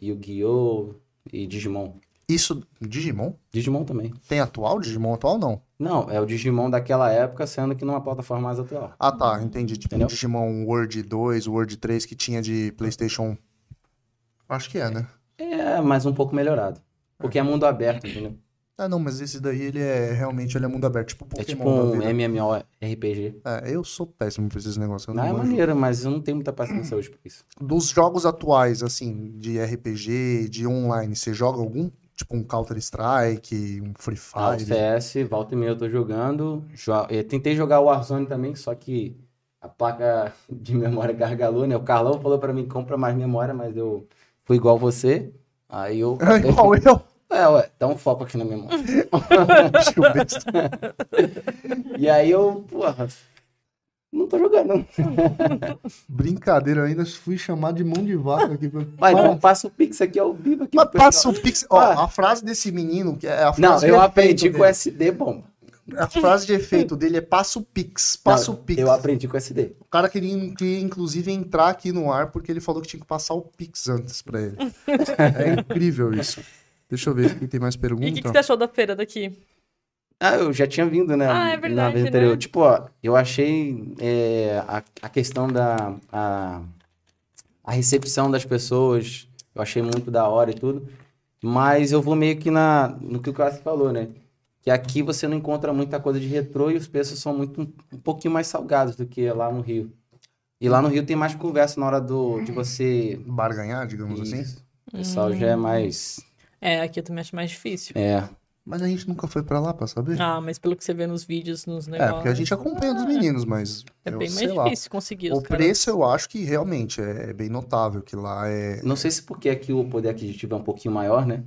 Speaker 3: Yu-Gi-Oh! e Digimon.
Speaker 2: Isso. Digimon?
Speaker 3: Digimon também.
Speaker 2: Tem atual? Digimon atual não?
Speaker 3: Não, é o Digimon daquela época, sendo que numa plataforma mais atual.
Speaker 2: Ah, tá, entendi. Tipo,
Speaker 3: Entendeu?
Speaker 2: Digimon World 2, World 3 que tinha de PlayStation. um. Acho que é, né?
Speaker 3: É, mas um pouco melhorado. Porque é mundo aberto, entendeu?
Speaker 2: Ah, não, mas esse daí ele é realmente ele é mundo aberto, tipo
Speaker 3: É
Speaker 2: Pokémon
Speaker 3: tipo
Speaker 2: da
Speaker 3: um
Speaker 2: vida.
Speaker 3: MMORPG.
Speaker 2: É, eu sou péssimo pra esses negócios. Eu
Speaker 3: Não,
Speaker 2: não
Speaker 3: é
Speaker 2: manjo. Hum.
Speaker 3: maneiro, mas eu não tenho muita paciência hoje pra isso.
Speaker 2: Dos jogos atuais, assim, de RPG, de online, você joga algum? Tipo um Counter-Strike, um Free
Speaker 3: Ah, o
Speaker 2: Fire.
Speaker 3: CS, volta e meia eu tô jogando. Jo- eu tentei jogar o Warzone também, só que a placa de memória gargalou, né? O Carlão falou pra mim, compra mais memória, mas eu fui igual você. Aí eu...
Speaker 2: Ah, Igual eu.
Speaker 3: É, ué, dá um foco aqui na memória.
Speaker 2: bicho besta.
Speaker 3: E aí eu, porra, não tô jogando. não.
Speaker 2: Brincadeira, eu ainda fui chamado de mão de vaca aqui. pra-
Speaker 3: Mas não passa o Pix aqui ao vivo aqui.
Speaker 2: Mas
Speaker 3: pro pessoal.
Speaker 2: passa o Pix. Ó,
Speaker 3: Ah.
Speaker 2: a frase desse menino, que é a frase
Speaker 3: Não,
Speaker 2: de
Speaker 3: eu
Speaker 2: efeito
Speaker 3: aprendi com
Speaker 2: dele.
Speaker 3: SD, bomba.
Speaker 2: A frase de efeito dele é passa o Pix, passa
Speaker 3: Não,
Speaker 2: o Pix.
Speaker 3: Eu aprendi com SD.
Speaker 2: O cara queria, queria, inclusive, entrar aqui no ar porque ele falou que tinha que passar o Pix antes pra ele. é incrível isso. Deixa eu ver se tem mais
Speaker 1: E o que, que
Speaker 2: pergunta.
Speaker 1: você achou da feira daqui?
Speaker 3: Ah, eu já tinha vindo, né?
Speaker 1: Ah, é
Speaker 3: na
Speaker 1: verdade,
Speaker 3: vez anterior.
Speaker 1: né?
Speaker 3: Tipo, ó, eu achei é, a, a questão da. A, a recepção das pessoas, eu achei muito da hora e tudo. Mas eu vou meio que na, no que o Cássio falou, né? Que aqui você não encontra muita coisa de retrô e os preços são muito um pouquinho mais salgados do que lá no Rio. E lá no Rio tem mais conversa na hora do,
Speaker 1: Hum.
Speaker 3: de você.
Speaker 2: Barganhar, digamos assim.
Speaker 3: Isso. O pessoal já é mais.
Speaker 1: É, aqui eu também acho mais difícil.
Speaker 3: É.
Speaker 2: Mas a gente nunca foi pra lá pra saber.
Speaker 1: Ah, mas pelo que você vê nos vídeos, nos
Speaker 2: é,
Speaker 1: negócios.
Speaker 2: porque a gente acompanha dos meninos, mas.
Speaker 1: É
Speaker 2: eu
Speaker 1: bem mais
Speaker 2: sei lá.
Speaker 1: difícil conseguir. os
Speaker 2: O
Speaker 1: caras.
Speaker 2: preço é eu acho que realmente é bem notável, que lá é.
Speaker 3: Não sei se porque aqui o poder aquisitivo é um pouquinho maior, né?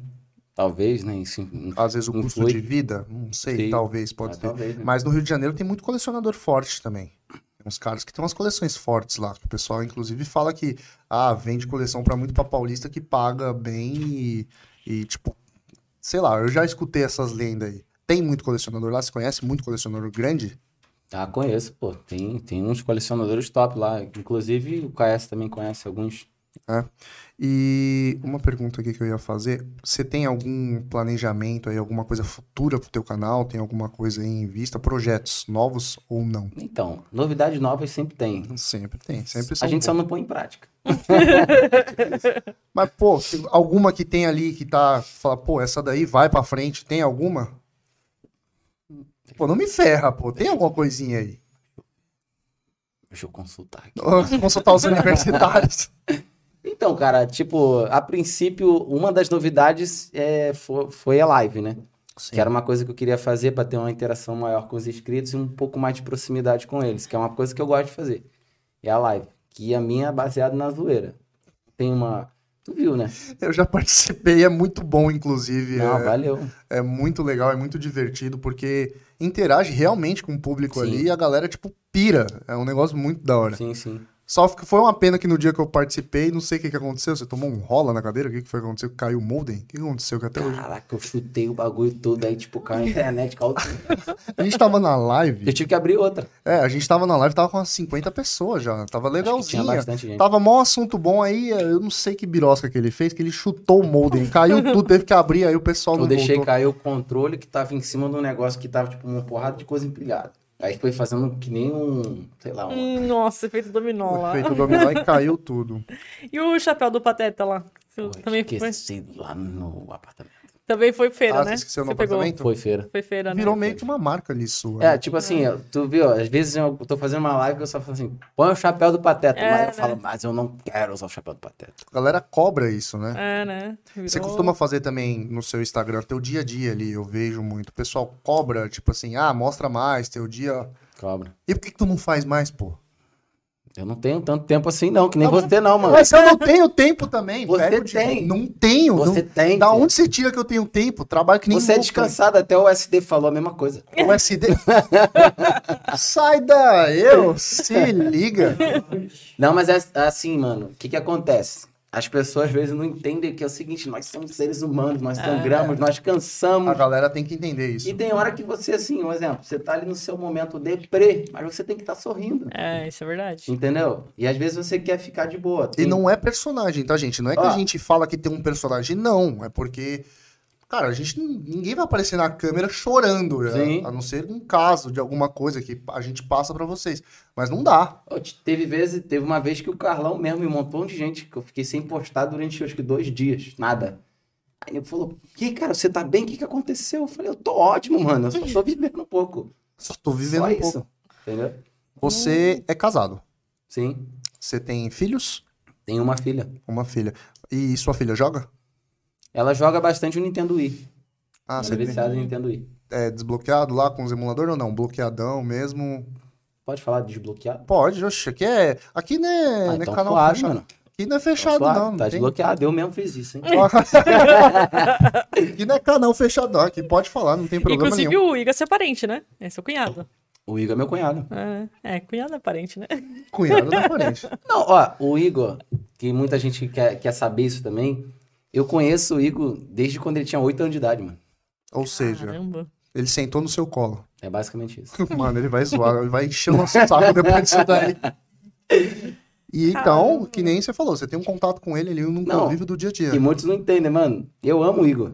Speaker 3: Talvez, né? Isso,
Speaker 2: Às vezes o
Speaker 3: Não
Speaker 2: custo
Speaker 3: foi?
Speaker 2: de vida, não sei,
Speaker 3: Sim.
Speaker 2: talvez, pode
Speaker 3: mas
Speaker 2: ser.
Speaker 3: talvez, né?
Speaker 2: Mas no Rio de Janeiro tem muito colecionador forte também. Tem uns caras que tem umas coleções fortes lá. que O pessoal, inclusive, fala que ah, vende coleção pra muito pra paulista que paga bem e, e, tipo, sei lá, eu já escutei essas lendas aí. Tem muito colecionador lá, você conhece muito colecionador grande?
Speaker 3: Ah, conheço, pô. Tem, tem uns colecionadores top lá. Inclusive, o KS também conhece alguns.
Speaker 2: E uma pergunta aqui que eu ia fazer, você tem algum planejamento aí, alguma coisa futura pro teu canal? Tem alguma coisa aí em vista? Projetos novos ou não?
Speaker 3: Então, novidades novas sempre tem.
Speaker 2: Sempre tem, sempre
Speaker 3: A
Speaker 2: são
Speaker 3: gente
Speaker 2: boas.
Speaker 3: só não põe em prática.
Speaker 2: Mas, pô, tem alguma que tem ali que tá. Fala, pô, essa daí vai pra frente, tem alguma? Pô, não me ferra, pô. Tem alguma coisinha aí?
Speaker 3: Deixa eu consultar aqui.
Speaker 2: Vou Consultar os universitários.
Speaker 3: Então, cara, tipo, a princípio, uma das novidades é, fo- foi a live, né? Que era uma coisa que eu queria fazer para ter uma interação maior com os inscritos e um pouco mais de proximidade com eles, que é uma coisa que eu gosto de fazer. É a live, que a minha é baseada na zoeira. Tem uma. Tu viu, né?
Speaker 2: Eu já participei, é muito bom, inclusive.
Speaker 3: Não,
Speaker 2: é,
Speaker 3: valeu.
Speaker 2: é muito legal, é muito divertido, porque interage realmente com o público
Speaker 3: Sim.
Speaker 2: ali e a galera, tipo, pira. É um negócio muito da hora.
Speaker 3: Sim, sim.
Speaker 2: Só que foi uma pena que no dia que eu participei, não sei o que, que aconteceu. Você tomou um rola na cadeira? O que, que foi que aconteceu? Caiu o molden? O que que aconteceu que até hoje?
Speaker 3: Caraca, eu chutei o bagulho todo aí, tipo, caiu a internet, caiu tudo.
Speaker 2: A gente tava na live.
Speaker 3: Eu tive que abrir outra.
Speaker 2: É, a gente tava na live, tava com umas 50 pessoas já. Tava
Speaker 3: Acho que tinha
Speaker 2: legalzinha. Tá
Speaker 3: bastante gente.
Speaker 2: Tava mó assunto bom aí, eh, eu não sei que birosca que ele fez, que ele chutou o molden, caiu tudo, teve que abrir, aí o pessoal
Speaker 3: Então, Eu
Speaker 2: não
Speaker 3: deixei
Speaker 2: voltou.
Speaker 3: cair o controle que tava em cima de um negócio que tava, tipo, uma porrada de coisa empilhada. Aí foi fazendo que nem um, sei lá, um.
Speaker 1: Hum, Nossa, efeito dominó lá.
Speaker 2: Feito o dominó e caiu tudo.
Speaker 1: E o chapéu do Pateta lá? Você
Speaker 3: Pô,
Speaker 1: também, foi,
Speaker 3: esqueci lá no apartamento.
Speaker 1: também foi feira,
Speaker 2: Ah,
Speaker 1: né?
Speaker 2: você esqueceu no
Speaker 1: Você pegou.
Speaker 2: apartamento?
Speaker 3: Foi feira.
Speaker 1: Foi feira, né?
Speaker 2: Virou meio que uma marca ali sua.
Speaker 3: É,
Speaker 2: né?
Speaker 3: tipo assim, eu- tu viu, às vezes eu tô fazendo uma live e eu só falo assim, põe o chapéu do pateta.
Speaker 1: É,
Speaker 3: mas eu
Speaker 1: né?
Speaker 3: falo, mas eu não quero usar o chapéu do pateta.
Speaker 2: A galera cobra isso, né?
Speaker 1: É, né?
Speaker 2: Você
Speaker 1: Virou-
Speaker 2: costuma fazer também no seu Instagram, teu dia a dia ali, eu vejo muito. O pessoal cobra, tipo assim, ah, mostra mais, teu dia.
Speaker 3: Cobra.
Speaker 2: E por que, que tu não faz mais, pô?
Speaker 3: Eu não tenho tanto tempo assim, não, que nem
Speaker 2: Tá bom.
Speaker 3: você não, mano.
Speaker 2: Mas eu não tenho tempo também.
Speaker 3: Você
Speaker 2: pega o dia-
Speaker 3: tem.
Speaker 2: Não tenho.
Speaker 3: você
Speaker 2: não...
Speaker 3: tem.
Speaker 2: Da
Speaker 3: filho.
Speaker 2: onde você tira que eu tenho tempo? Trabalho que nem
Speaker 3: Você é
Speaker 2: louco, cara.
Speaker 3: descansado, até o SD falou a mesma coisa.
Speaker 2: O SD. Sai daí, eu se liga.
Speaker 3: Não, mas é assim, mano, o que que acontece? As pessoas às vezes não entendem que é o seguinte, nós somos seres humanos,
Speaker 2: É.
Speaker 3: nós sangramos, nós
Speaker 2: A
Speaker 3: cansamos.
Speaker 2: galera tem que entender isso.
Speaker 3: E tem hora que você, assim, um exemplo, você tá ali no seu momento deprê, mas você tem que estar sorrindo.
Speaker 1: É, isso é verdade.
Speaker 3: Entendeu? E às vezes você quer ficar de boa.
Speaker 2: E
Speaker 3: Tem-
Speaker 2: não é personagem, tá, gente? Não é que
Speaker 3: Ó.
Speaker 2: a gente fala que tem um personagem, não. É porque, cara, a gente. não- Ninguém vai aparecer na câmera chorando, né?
Speaker 3: Sim.
Speaker 2: A não ser um caso de alguma coisa que a gente passa pra vocês. Mas não dá.
Speaker 3: Ô, te- Teve vezes, teve uma vez que o Carlão mesmo e um montão de gente que eu fiquei sem postar durante acho que dois dias, nada. Aí ele falou: Que cara, você tá bem? O que, que aconteceu? Eu falei: Eu tô ótimo, mano, eu só tô vivendo um pouco.
Speaker 2: Só tô vivendo
Speaker 3: só
Speaker 2: um
Speaker 3: isso. Hum.
Speaker 2: pouco.
Speaker 3: Entendeu?
Speaker 2: Você é casado.
Speaker 3: Sim,
Speaker 2: Você tem filhos?
Speaker 3: tem uma filha.
Speaker 2: Uma filha. E sua filha joga?
Speaker 3: Ela joga bastante o Nintendo Wii.
Speaker 2: Ah,
Speaker 3: Ela é
Speaker 2: você tem,
Speaker 3: viciada em Nintendo Wii.
Speaker 2: é desbloqueado lá com os emuladores ou não? Bloqueadão mesmo?
Speaker 3: Pode falar de desbloqueado?
Speaker 2: Pode, oxe, aqui é. Aqui não é,
Speaker 3: ah,
Speaker 2: não é
Speaker 3: então
Speaker 2: canal
Speaker 3: suave,
Speaker 2: fechado.
Speaker 3: mano. Então
Speaker 2: Aqui não é fechado,
Speaker 3: suave,
Speaker 2: não. não
Speaker 3: tá
Speaker 2: tem-
Speaker 3: desbloqueado, eu mesmo fiz isso, hein?
Speaker 2: aqui não é canal fechado, não. Aqui pode falar, não tem problema
Speaker 1: Inclusive
Speaker 2: nenhum.
Speaker 1: o Iga é seu parente, né? É seu cunhado.
Speaker 3: O Igor é meu cunhado.
Speaker 1: É, é cunhado é parente, né?
Speaker 2: Cunhado da parente.
Speaker 3: Não, ó, o Igor, que muita gente quer, quer saber isso também. Eu conheço o Igor desde quando ele tinha 8 anos de idade, mano.
Speaker 2: Ou seja,
Speaker 1: Caramba.
Speaker 2: ele sentou no seu colo.
Speaker 3: É basicamente isso.
Speaker 2: Mano, ele vai zoar, ele vai encher o nosso saco depois disso daí. E então,
Speaker 1: Caramba.
Speaker 2: que nem você falou, você tem um contato com ele ali num
Speaker 3: Não.
Speaker 2: convívio do dia a dia.
Speaker 3: E muitos não entendem, mano. Eu amo o Igor.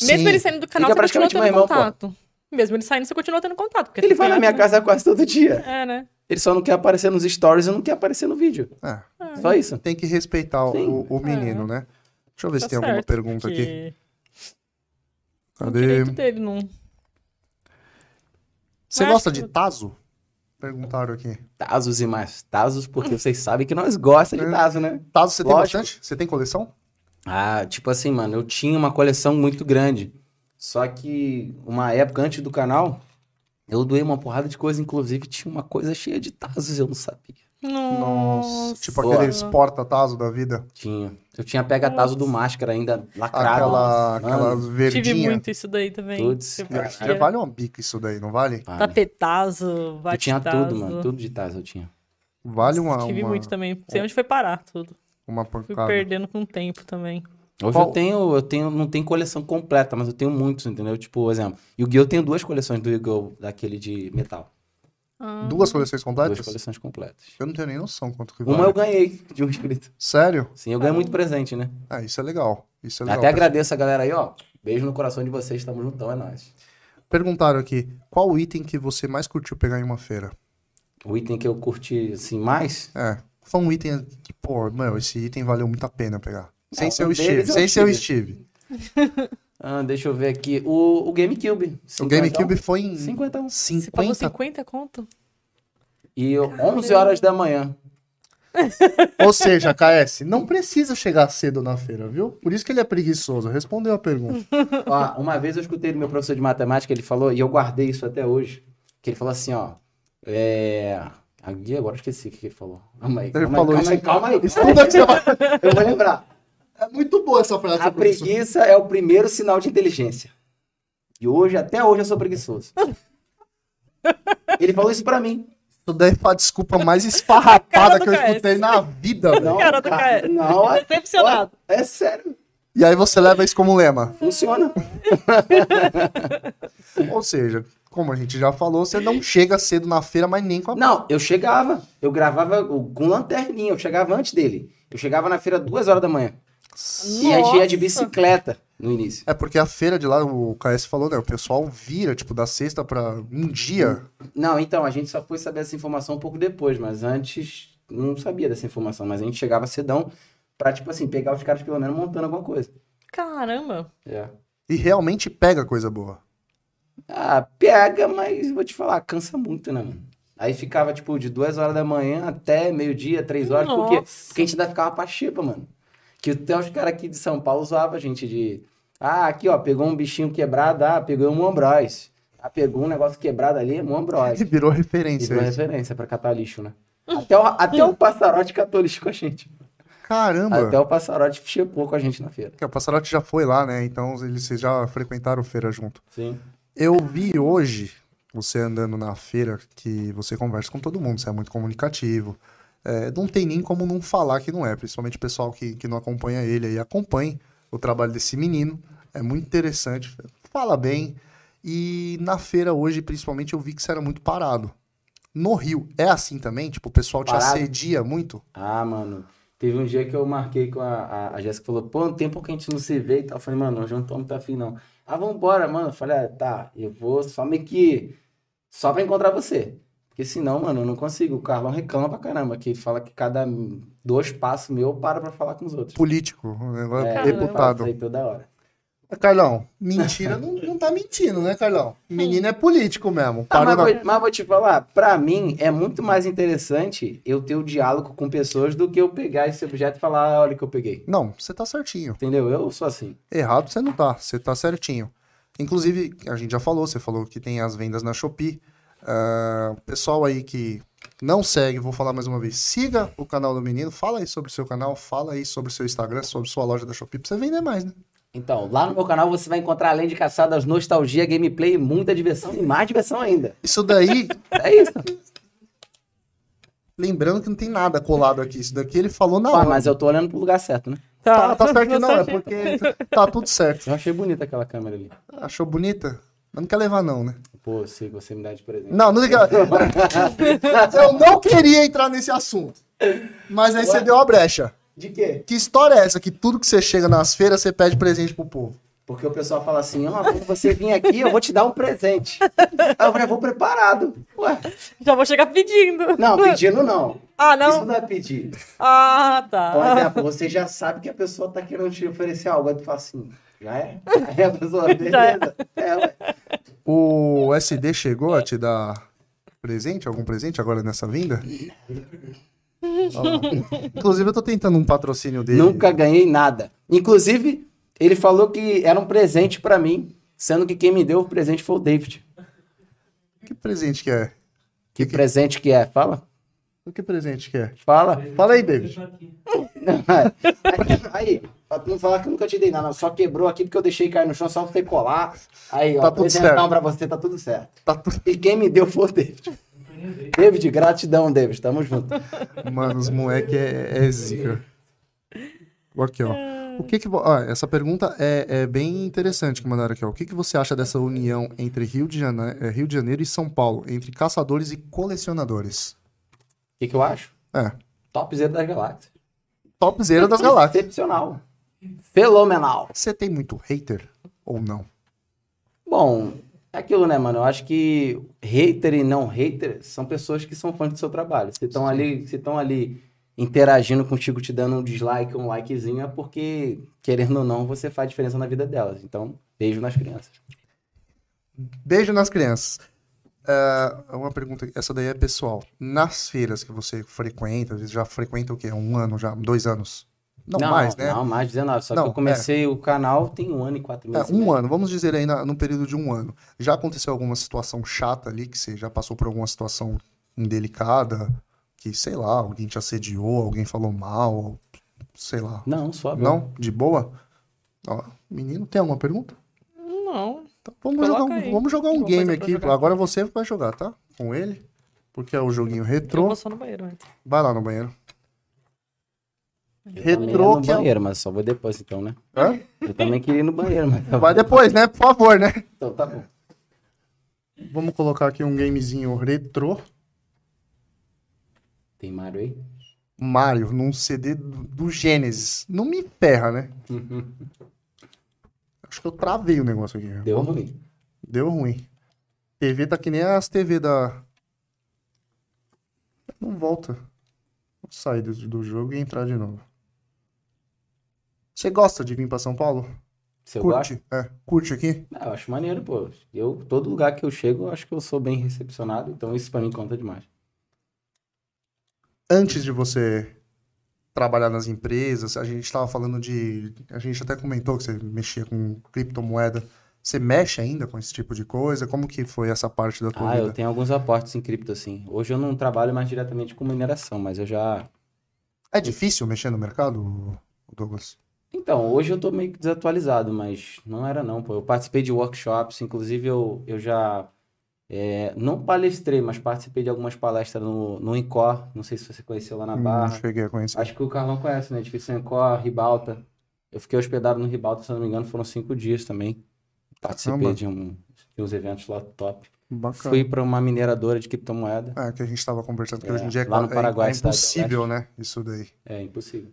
Speaker 1: Mesmo
Speaker 2: Sim.
Speaker 1: ele saindo do canal,
Speaker 3: Ele é
Speaker 1: você continua
Speaker 3: praticamente
Speaker 2: um
Speaker 1: tendo
Speaker 3: meu irmão, pô.
Speaker 1: contato. Mesmo ele saindo, você continua tendo contato. Porque
Speaker 3: Ele
Speaker 1: tem
Speaker 3: vai na
Speaker 1: cunhado-
Speaker 3: minha casa quase todo dia.
Speaker 1: É, né?
Speaker 3: Ele só não quer aparecer nos stories e não quer aparecer no vídeo.
Speaker 2: É,
Speaker 3: Só isso.
Speaker 2: tem que respeitar o-
Speaker 3: Sim.
Speaker 2: o, o menino, né? Deixa eu ver
Speaker 1: Tá
Speaker 2: se tem alguma
Speaker 1: certo,
Speaker 2: pergunta
Speaker 1: porque
Speaker 2: aqui.
Speaker 1: o
Speaker 2: Cadê?
Speaker 1: direito dele não...
Speaker 2: Você
Speaker 1: Eu acho
Speaker 2: gosta
Speaker 1: que-
Speaker 2: de Tazo? Perguntaram aqui.
Speaker 3: Tazos e mais tazos, porque vocês sabem que nós gostamos de
Speaker 2: É.
Speaker 3: tazo, né?
Speaker 2: Tazo você tem
Speaker 3: Lógico.
Speaker 2: bastante? Você tem coleção?
Speaker 3: Ah, tipo assim, mano, eu tinha uma coleção muito grande. Só que uma época antes do canal, eu doei uma porrada de coisa, inclusive tinha uma coisa cheia de tazos, eu não sabia.
Speaker 1: Nossa.
Speaker 2: Tipo
Speaker 3: Boa.
Speaker 2: aqueles porta-Tazo da vida.
Speaker 3: Tinha. Eu tinha pega tazo do máscara ainda lacrado.
Speaker 2: Aquela,
Speaker 3: Mano,
Speaker 2: aquela
Speaker 1: Tive
Speaker 2: verdinha.
Speaker 1: muito isso daí também.
Speaker 3: Putz,
Speaker 1: Tipo,
Speaker 3: cara,
Speaker 2: Já vale uma bica isso daí, não vale?
Speaker 3: Vale.
Speaker 1: Tá Tapetazo,
Speaker 3: Eu tinha
Speaker 1: batitazo.
Speaker 3: tudo, mano. Tudo de tazo eu tinha.
Speaker 2: Vale uma,
Speaker 1: Tive
Speaker 2: uma, um
Speaker 1: muito também. Não sei onde foi parar tudo.
Speaker 2: uma
Speaker 1: Fui
Speaker 2: pancada.
Speaker 1: perdendo com o tempo também.
Speaker 3: Hoje
Speaker 2: Qual-
Speaker 3: eu tenho, eu tenho, não tem coleção completa, mas eu tenho muitos, entendeu? Tipo, por exemplo, Yu-Gi-Oh! eu tenho duas coleções do Yu-Gi-Oh! daquele de metal.
Speaker 2: Duas coleções completas?
Speaker 3: Duas coleções completas.
Speaker 2: Eu não tenho nem noção quanto que vale.
Speaker 3: Uma eu ganhei de um inscrito.
Speaker 2: Sério?
Speaker 3: Sim, eu ganhei muito presente, né?
Speaker 2: Ah, isso é legal. Isso é legal.
Speaker 3: Até agradeço a galera aí, ó. Beijo no coração de vocês, tamo juntão, é nóis.
Speaker 2: Perguntaram aqui, qual o item que você mais curtiu pegar em uma feira?
Speaker 3: O item que eu curti, assim, mais...
Speaker 2: É, foi um item que, pô, meu, esse item valeu muito a pena pegar. Sem
Speaker 3: É,
Speaker 2: ser
Speaker 3: um
Speaker 2: o Steve,
Speaker 3: deles é o
Speaker 2: sem ser o Steve.
Speaker 3: Ah, deixa eu ver aqui. O, o GameCube.
Speaker 2: O
Speaker 3: então.
Speaker 2: GameCube foi em 50...
Speaker 3: 50.
Speaker 1: Você pagou 50 conto?
Speaker 3: E eu, 11 horas da manhã.
Speaker 2: Ou seja, KS, não precisa chegar cedo na feira, viu? Por isso que ele é preguiçoso. Respondeu a pergunta.
Speaker 3: Ó, uma vez eu escutei do meu professor de matemática, ele falou, e eu guardei isso até hoje, que ele falou assim, ó, é... Aqui agora eu esqueci o que que ele falou. Calma aí,
Speaker 2: Ele
Speaker 3: calma
Speaker 2: falou
Speaker 3: aí,
Speaker 2: isso.
Speaker 3: calma aí, calma aí.
Speaker 2: Estuda que você vai...
Speaker 3: Eu vou lembrar.
Speaker 2: É muito boa essa frase,
Speaker 3: A
Speaker 2: professor.
Speaker 3: preguiça é o primeiro sinal de inteligência. E hoje, até hoje, eu sou preguiçoso. Ele falou isso pra mim.
Speaker 2: Isso daí foi a desculpa mais esfarrapada
Speaker 1: do
Speaker 2: que eu
Speaker 1: KS.
Speaker 2: escutei na vida, velho.
Speaker 3: Não,
Speaker 1: Cara do cara.
Speaker 3: não, é-
Speaker 1: Decepcionado.
Speaker 3: é sério,
Speaker 2: E aí você leva isso como lema.
Speaker 3: funciona.
Speaker 2: Ou seja, como a gente já falou, você não chega cedo na feira, mas nem com a...
Speaker 3: Não, eu chegava, eu gravava o- com lanterninha, eu chegava antes dele. Eu chegava na feira duas horas da manhã. E a gente ia
Speaker 1: Nossa.
Speaker 3: de bicicleta no início.
Speaker 2: É porque a feira de lá, o KS falou, né? O pessoal vira, tipo, da sexta pra um dia.
Speaker 3: Não, então, a gente só foi saber essa informação um pouco depois, mas antes não sabia dessa informação, mas a gente chegava cedão pra, tipo assim, pegar os caras pelo menos montando alguma coisa.
Speaker 1: Caramba.
Speaker 3: É.
Speaker 2: E realmente pega coisa boa.
Speaker 3: Ah, pega, mas vou te falar, cansa muito, né, mano? Aí ficava, tipo, de duas horas da manhã até meio-dia, três horas, por quê?
Speaker 1: Nossa.
Speaker 3: Porque a gente ainda ficava pra xepa, mano. Que até os caras aqui de São Paulo zoavam a gente de. Ah, aqui, ó, pegou um bichinho quebrado, ah, pegou um Ambróis. Ah, pegou um negócio quebrado ali, um Ambróis.
Speaker 2: E virou
Speaker 3: Isso
Speaker 2: referência.
Speaker 3: é
Speaker 2: isso.
Speaker 3: referência pra catar lixo, né? Até o, até o passarote catou lixo com a gente.
Speaker 2: Caramba!
Speaker 3: Até o passarote chepou com a gente na feira.
Speaker 2: Porque O Passarote já foi lá, né? Então eles vocês já frequentaram feira junto.
Speaker 3: Sim.
Speaker 2: Eu vi hoje, você andando na feira, que você conversa com todo mundo, você é muito comunicativo. É, não tem nem como não falar que não é, principalmente o pessoal que, que não acompanha ele aí, acompanhe o trabalho desse menino. É muito interessante, fala bem. E na feira hoje, principalmente, eu vi que você era muito parado. No Rio, é assim também? Tipo, o pessoal te
Speaker 3: Parado?
Speaker 2: assedia muito?
Speaker 3: Ah, mano. Teve um dia que eu marquei com a, a, a Jéssica falou, pô, um tempo que a gente não se vê e tal. Eu falei, mano, hoje eu não tô muito afim, não. Ah, vambora, mano. Eu falei, ah, tá, eu vou só meio que. Só pra encontrar você. Porque senão, mano, eu não consigo. O Carlão reclama pra caramba, que fala que cada dois passos meu eu paro pra falar com os outros.
Speaker 2: Político, né?
Speaker 3: É,
Speaker 1: Caramba.
Speaker 2: deputado.
Speaker 3: Aí toda hora.
Speaker 2: Carlão, mentira não, não tá mentindo, né, Carlão? Menino é político mesmo.
Speaker 3: Ah,
Speaker 2: Parou
Speaker 3: mas,
Speaker 2: na...
Speaker 3: vou, mas vou te falar, pra mim é muito mais interessante eu ter o diálogo com pessoas do que eu pegar esse objeto e falar, "Ah, olha o que eu peguei.
Speaker 2: Não, você tá certinho.
Speaker 3: Entendeu? Eu sou assim.
Speaker 2: Errado você não tá, você tá certinho. Inclusive, a gente já falou, você falou que tem as vendas na Shopee. Ah, O pessoal aí que não segue, vou falar mais uma vez, siga o canal do menino, fala aí sobre o seu canal, fala aí sobre o seu Instagram, sobre sua loja da Shopee, pra você vender mais, né?
Speaker 3: Então, lá no meu canal você vai encontrar, além de caçadas, nostalgia, gameplay, muita diversão e mais diversão ainda.
Speaker 2: Isso daí,
Speaker 3: É isso.
Speaker 2: lembrando que não tem nada colado aqui, isso daqui ele falou na
Speaker 3: Pô,
Speaker 2: hora.
Speaker 3: Ah, mas eu tô olhando pro lugar certo, né?
Speaker 2: Tá, tá certo
Speaker 1: Tá
Speaker 2: não, é
Speaker 1: certinho.
Speaker 2: porque tá tudo certo.
Speaker 3: Eu achei bonita aquela câmera ali.
Speaker 2: Achou bonita? Mas não quer levar não, né?
Speaker 3: Pô, se você me dá de presente.
Speaker 2: Não, não liga. Eu não queria entrar nesse assunto. Mas aí você deu a brecha.
Speaker 3: De quê?
Speaker 2: Que história é essa? Que tudo que você chega nas feiras, você pede presente pro povo.
Speaker 3: Porque o pessoal fala assim, ó, quando você vir aqui, eu vou te dar um presente. Aí eu falei, vou preparado. Ué,
Speaker 1: Já vou chegar pedindo.
Speaker 3: não, pedindo não.
Speaker 1: Ah, não?
Speaker 3: Isso não é pedir.
Speaker 1: Ah,
Speaker 3: Por
Speaker 1: tá.
Speaker 3: exemplo, você já sabe que a pessoa tá querendo te oferecer algo. Aí tu fala assim, já é? Aí a pessoa,
Speaker 1: Já é.
Speaker 3: beleza. É, ué.
Speaker 2: O SD chegou a te dar presente, algum presente agora nessa vinda? Ó lá. Inclusive, eu tô tentando um patrocínio dele.
Speaker 3: Nunca ganhei nada. Inclusive, ele falou que era um presente pra mim, sendo que quem me deu o presente foi o David.
Speaker 2: Que presente que é?
Speaker 3: Que presente que é? Fala,
Speaker 2: O que presente que é?
Speaker 3: fala.
Speaker 2: Fala aí, David.
Speaker 3: aí, pra tu não falar que eu nunca te dei nada, só quebrou aqui porque eu deixei cair no chão só pra você colar. Aí, ó,
Speaker 2: Tá tudo
Speaker 3: presentão
Speaker 2: certo.
Speaker 3: pra você, tá tudo certo.
Speaker 2: Tá tudo-
Speaker 3: E quem me deu foi o David. David, gratidão, David, tamo junto.
Speaker 2: Mano, os moleque é, é zica. Aqui, ó. O que que... vo- ó, essa pergunta é, é bem interessante que mandaram aqui, ó. O que que você acha dessa união entre Rio de, Jane... eh, Rio de Janeiro e São Paulo? Entre caçadores e colecionadores.
Speaker 3: O que, que eu acho?
Speaker 2: É.
Speaker 3: Topzera das galáxias.
Speaker 2: Topzera das galáxias.
Speaker 3: Excepcional. Fenomenal.
Speaker 2: Você tem muito hater? Ou não?
Speaker 3: Bom, é aquilo, né, mano? Eu acho que hater e não hater são pessoas que são fãs do seu trabalho. Se estão ali, se estão ali interagindo contigo, te dando um dislike, um likezinho, é porque, querendo ou não, você faz diferença na vida delas. Então, beijo nas crianças.
Speaker 2: Beijo nas crianças. Ah, uma pergunta, essa daí é pessoal. Nas feiras que você frequenta, às vezes já frequenta o quê? Um ano, já dois anos? Não, mais, né?
Speaker 3: Não, mais 19. Só
Speaker 2: Não,
Speaker 3: que eu comecei o canal tem um ano e quatro
Speaker 2: É,
Speaker 3: meses.
Speaker 2: um
Speaker 3: né?
Speaker 2: ano, vamos dizer aí na- no período de um ano. Já aconteceu alguma situação chata ali, que você já passou por alguma situação indelicada, que, sei lá, alguém te assediou, alguém falou mal, sei lá.
Speaker 3: Não, só agora.
Speaker 2: Não? De boa? Ó, menino, tem alguma pergunta?
Speaker 1: Não.
Speaker 2: Então, vamos,
Speaker 1: Coloca
Speaker 2: jogar um,
Speaker 1: aí.
Speaker 2: vamos jogar um
Speaker 1: Alguma
Speaker 2: game
Speaker 1: coisa pra
Speaker 2: aqui.
Speaker 1: jogar.
Speaker 2: Agora você vai jogar, tá? Com ele. Porque é o joguinho
Speaker 1: Eu
Speaker 2: retrô.
Speaker 1: vou só no banheiro antes.
Speaker 2: Vai lá no banheiro.
Speaker 3: Eu também ia
Speaker 2: Retrô
Speaker 3: no
Speaker 2: que é o-
Speaker 3: banheiro, mas só vou depois então, né?
Speaker 2: Hã?
Speaker 3: Eu também queria ir no banheiro, mas tá
Speaker 2: Vai depois, né? Por favor, né?
Speaker 3: então tá bom.
Speaker 2: Vamos colocar aqui um gamezinho retrô.
Speaker 3: Tem Mário aí?
Speaker 2: Mario, num CD do, do Gênesis. Não me ferra, né? Acho que eu travei o negócio aqui.
Speaker 3: Deu ruim.
Speaker 2: Deu ruim. TV tá que nem as TV da. Não volta. Vou sair do, do jogo e entrar de novo. Você gosta de vir pra São Paulo?
Speaker 3: Seu gosto?
Speaker 2: curte? É, curte aqui?
Speaker 3: Ah, eu acho maneiro, pô. Eu, todo lugar que eu chego, eu acho que eu sou bem recepcionado, então isso pra mim conta demais.
Speaker 2: Antes de você trabalhar nas empresas, a gente tava falando de. A gente até comentou que você mexia com criptomoeda. Você mexe ainda com esse tipo de coisa? Como que foi essa parte da tua
Speaker 3: Ah, eu
Speaker 2: vida?
Speaker 3: tenho alguns aportes em cripto, assim. Hoje eu não trabalho mais diretamente com mineração, mas eu já.
Speaker 2: É difícil mexer no mercado, Douglas?
Speaker 3: Então, hoje eu tô meio que desatualizado, mas não era não, pô. Eu participei de workshops, inclusive eu, eu já. é, não palestrei, mas participei de algumas palestras no, no Incor. Não sei se você conheceu lá na
Speaker 2: Não
Speaker 3: Barra.
Speaker 2: cheguei a conhecer.
Speaker 3: Acho que o Carlão conhece, né? Edifício Ancor, Ribalta. Eu fiquei hospedado no Ribalta, se eu não me engano, foram cinco dias também. Participei
Speaker 2: Caramba.
Speaker 3: de, um, de uns eventos lá top.
Speaker 2: Bacana.
Speaker 3: Fui para uma mineradora de criptomoeda.
Speaker 2: É, que a gente estava conversando, que
Speaker 3: É,
Speaker 2: hoje em dia é,
Speaker 3: lá no
Speaker 2: qua- é-
Speaker 3: Paraguai,
Speaker 2: é
Speaker 3: cidade do
Speaker 2: impossível, né? Isso daí.
Speaker 3: É impossível.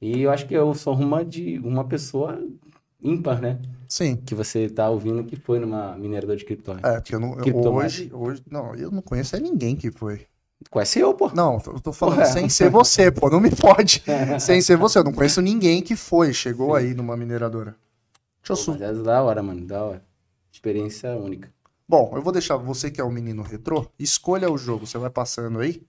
Speaker 3: E eu acho que eu sou uma de uma pessoa ímpar, né?
Speaker 2: Sim.
Speaker 3: Que você tá ouvindo que foi numa mineradora de né? criptomoeda.
Speaker 2: É, porque eu não, eu-
Speaker 3: Criptomoeda.
Speaker 2: hoje, hoje. Não, eu não conheço é ninguém que foi.
Speaker 3: Conhece eu, pô.
Speaker 2: Não, eu tô falando
Speaker 3: Ué.
Speaker 2: sem ser você, pô, não me pode.
Speaker 3: É.
Speaker 2: sem ser você, eu não conheço ninguém que foi, chegou aí numa mineradora. Deixa eu
Speaker 3: Pô,
Speaker 2: su...
Speaker 3: mas é da hora, mano, da hora. Experiência única.
Speaker 2: Bom, eu vou deixar você que é o menino retrô, escolha o jogo, você vai passando aí.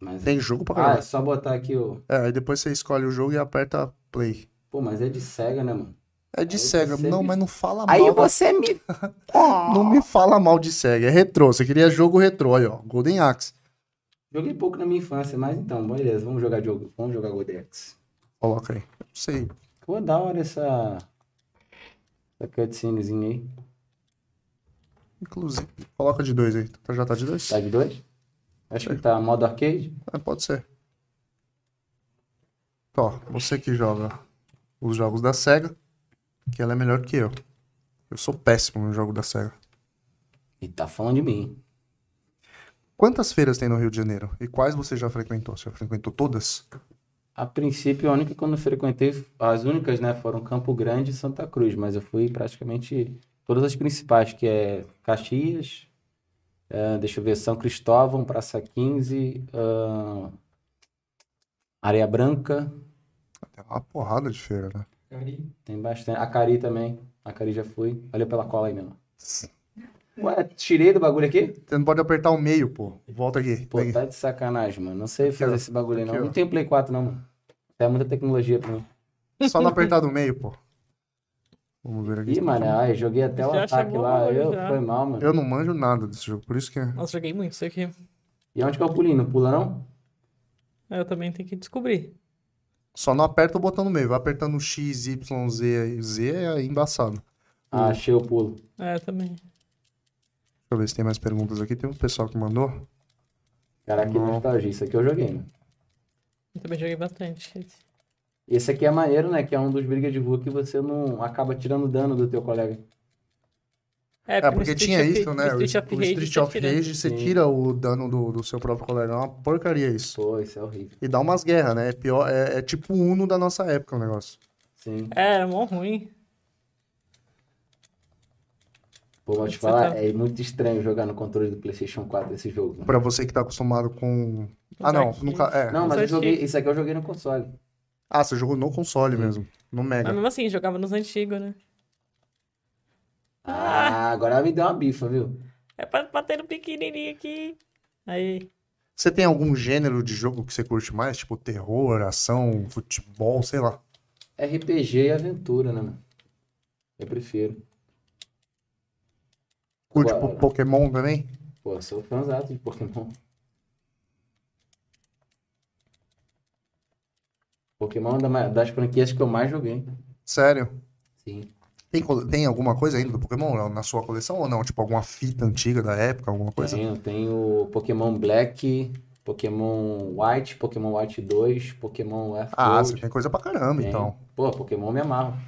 Speaker 3: Mas...
Speaker 2: Tem jogo pra
Speaker 3: Ah, é
Speaker 2: caralho.
Speaker 3: só botar aqui o.
Speaker 2: É, aí depois você escolhe o jogo e aperta play.
Speaker 3: Pô, mas é de cega, né, mano?
Speaker 2: É de
Speaker 3: Aí
Speaker 2: cega.
Speaker 3: você
Speaker 2: Não,
Speaker 3: me-
Speaker 2: mas não fala
Speaker 3: Aí
Speaker 2: mal. da
Speaker 3: você me.
Speaker 2: Não me fala mal de SEG, é retrô. Você queria jogo retrô, aí, ó. Golden Axe.
Speaker 3: Joguei pouco na minha infância, mas então, beleza, vamos jogar jogo, vamos jogar Godex.
Speaker 2: Coloca aí. Não sei.
Speaker 3: Pô, da hora essa, essa cutscenezinha aí.
Speaker 2: Inclusive. Coloca de dois aí. Tá- Já tá de dois?
Speaker 3: Tá de dois? Acho que tá modo arcade.
Speaker 2: É, pode ser. Ó, você que joga os jogos da SEGA, que ela é melhor que eu. Eu sou péssimo no jogo da SEGA.
Speaker 3: E tá falando de mim.
Speaker 2: Quantas feiras tem no Rio de Janeiro? E quais você já frequentou? Você já frequentou todas?
Speaker 3: A princípio, a única que eu não frequentei, as únicas, né, foram Campo Grande e Santa Cruz, mas eu fui praticamente todas as principais, que é Caxias, eh, deixa eu ver, São Cristóvão, Praça 15, ah, Areia Branca,
Speaker 2: Tem uma porrada de feira, né?
Speaker 4: Cari.
Speaker 3: tem bastante. Acari também, Acari já fui. Olha pela cola aí mesmo. Ué, tirei do bagulho aqui?
Speaker 2: Você não pode apertar o meio, pô. Volta aqui.
Speaker 3: Pô,
Speaker 2: Vem.
Speaker 3: tá de sacanagem, mano. Não sei
Speaker 2: Aqui,
Speaker 3: fazer
Speaker 2: ó.
Speaker 3: esse bagulho aí, não.
Speaker 2: Aqui, ó.
Speaker 3: Não tenho Play 4, não, mano. É muita tecnologia pra mim.
Speaker 2: Só não apertar do meio, pô. Vamos ver aqui.
Speaker 3: Ih, mano, ai, joguei até o
Speaker 1: Já
Speaker 3: ataque
Speaker 1: chegou
Speaker 3: lá.
Speaker 1: longe,
Speaker 3: Eu,
Speaker 1: já.
Speaker 3: foi mal, mano.
Speaker 2: Eu não manjo nada desse jogo, por isso que é.
Speaker 1: Nossa, joguei muito isso aqui.
Speaker 3: E onde que é o pulinho? Não pula, não?
Speaker 1: Eu também tenho que descobrir.
Speaker 2: Só não aperta o botão no meio. Vai apertando X, Y, Z aí. Z é embaçado. Deixa
Speaker 3: Ah, achei o pulo.
Speaker 1: É, eu também.
Speaker 2: eu ver se tem mais perguntas aqui. Tem um pessoal que mandou.
Speaker 3: Caraca, que
Speaker 2: Não.
Speaker 3: nostalgia. Isso aqui eu joguei, mano.
Speaker 1: Eu também joguei bastante.
Speaker 3: E Esse aqui é maneiro, né? Que é um dos briga de rua que você não acaba tirando dano do teu colega.
Speaker 2: É, porque
Speaker 1: no
Speaker 2: tinha
Speaker 1: Street of-
Speaker 2: isso, né?
Speaker 1: no
Speaker 2: O
Speaker 1: Street of
Speaker 2: o
Speaker 1: Rage, tá né?
Speaker 2: Street
Speaker 1: você
Speaker 2: of
Speaker 1: tira.
Speaker 2: Rage, você
Speaker 3: Sim.
Speaker 2: tira o dano do, do seu próprio colega. É uma porcaria isso.
Speaker 3: Pô, isso é horrível.
Speaker 2: E dá umas guerras, né? É, pior, é, é tipo Uno da nossa época o negócio.
Speaker 3: Sim.
Speaker 1: É, era mó ruim.
Speaker 3: Pô, vou te
Speaker 1: Você
Speaker 3: falar,
Speaker 1: tá-
Speaker 3: é muito estranho jogar no controle do PlayStation 4 esse jogo, mano.
Speaker 2: Pra você que tá acostumado com. Ah, não.
Speaker 1: Dark
Speaker 2: Nunca,
Speaker 1: Souls.
Speaker 2: é.
Speaker 3: Não, mas eu
Speaker 1: Mas
Speaker 3: joguei.
Speaker 1: que-
Speaker 3: Isso aqui eu joguei no console.
Speaker 2: Ah, você jogou no console mesmo. No
Speaker 1: Mas
Speaker 2: Mega.
Speaker 1: mesmo assim, jogava nos antigos, né?
Speaker 3: Ah, agora me deu uma bifa, viu?
Speaker 1: É pra bater no pequenininho aqui. Aí.
Speaker 2: Você tem algum gênero de jogo que você curte mais? Tipo terror, ação, futebol, sei lá.
Speaker 3: RPG e aventura, né, mano? Eu prefiro.
Speaker 2: Curte
Speaker 3: Agora-
Speaker 2: po- Pokémon também?
Speaker 3: Pô, eu sou fãzato de Pokémon. Pokémon é uma da- das franquias que eu mais joguei.
Speaker 2: Sério?
Speaker 3: Sim.
Speaker 2: Tem, cole- tem alguma coisa ainda do Pokémon na- na sua coleção ou não? Tipo alguma fita antiga da época, alguma coisa?
Speaker 3: Tenho, tenho Pokémon Black, Pokémon White, Pokémon White 2, Pokémon F
Speaker 2: Ah, você tem coisa pra caramba, então.
Speaker 3: Pô, Pokémon me amarro.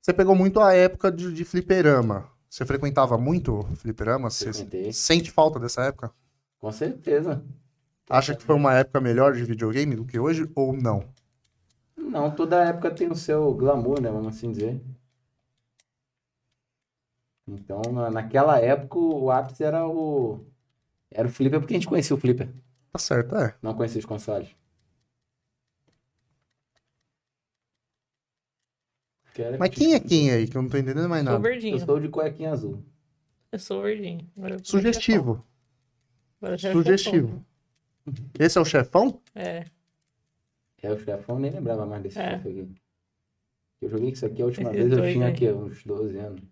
Speaker 2: Você pegou muito a época de, de fliperama. Você frequentava muito fliperama? Você
Speaker 3: Frequentei.
Speaker 2: sente falta dessa época?
Speaker 3: Com certeza.
Speaker 2: Acha que foi uma época melhor de videogame do que hoje ou não?
Speaker 3: Não, toda época tem o seu glamour, né? Vamos assim dizer. Então, na- naquela época, o ápice era o. Era o Flipper, porque a gente conhecia o Flipper,
Speaker 2: Tá certo, é.
Speaker 3: não conhecia os consoles. Que era
Speaker 2: Mas
Speaker 3: tipo-
Speaker 2: quem é quem aí? Que eu não tô entendendo mais
Speaker 1: Sou
Speaker 2: nada.
Speaker 3: Eu
Speaker 1: verdinho.
Speaker 3: sou de cuequinha azul.
Speaker 1: Eu sou verdinho. Agora eu-
Speaker 2: Sugestivo.
Speaker 1: Agora eu já-
Speaker 2: Sugestivo. Esse é o chefão?
Speaker 1: É.
Speaker 3: É o chefão, nem lembrava mais desse
Speaker 1: É.
Speaker 3: chefe aqui. Eu joguei isso aqui a última
Speaker 1: Esses
Speaker 3: vez, eu
Speaker 1: dois né?
Speaker 3: tinha
Speaker 1: aí.
Speaker 3: aqui uns 12 anos.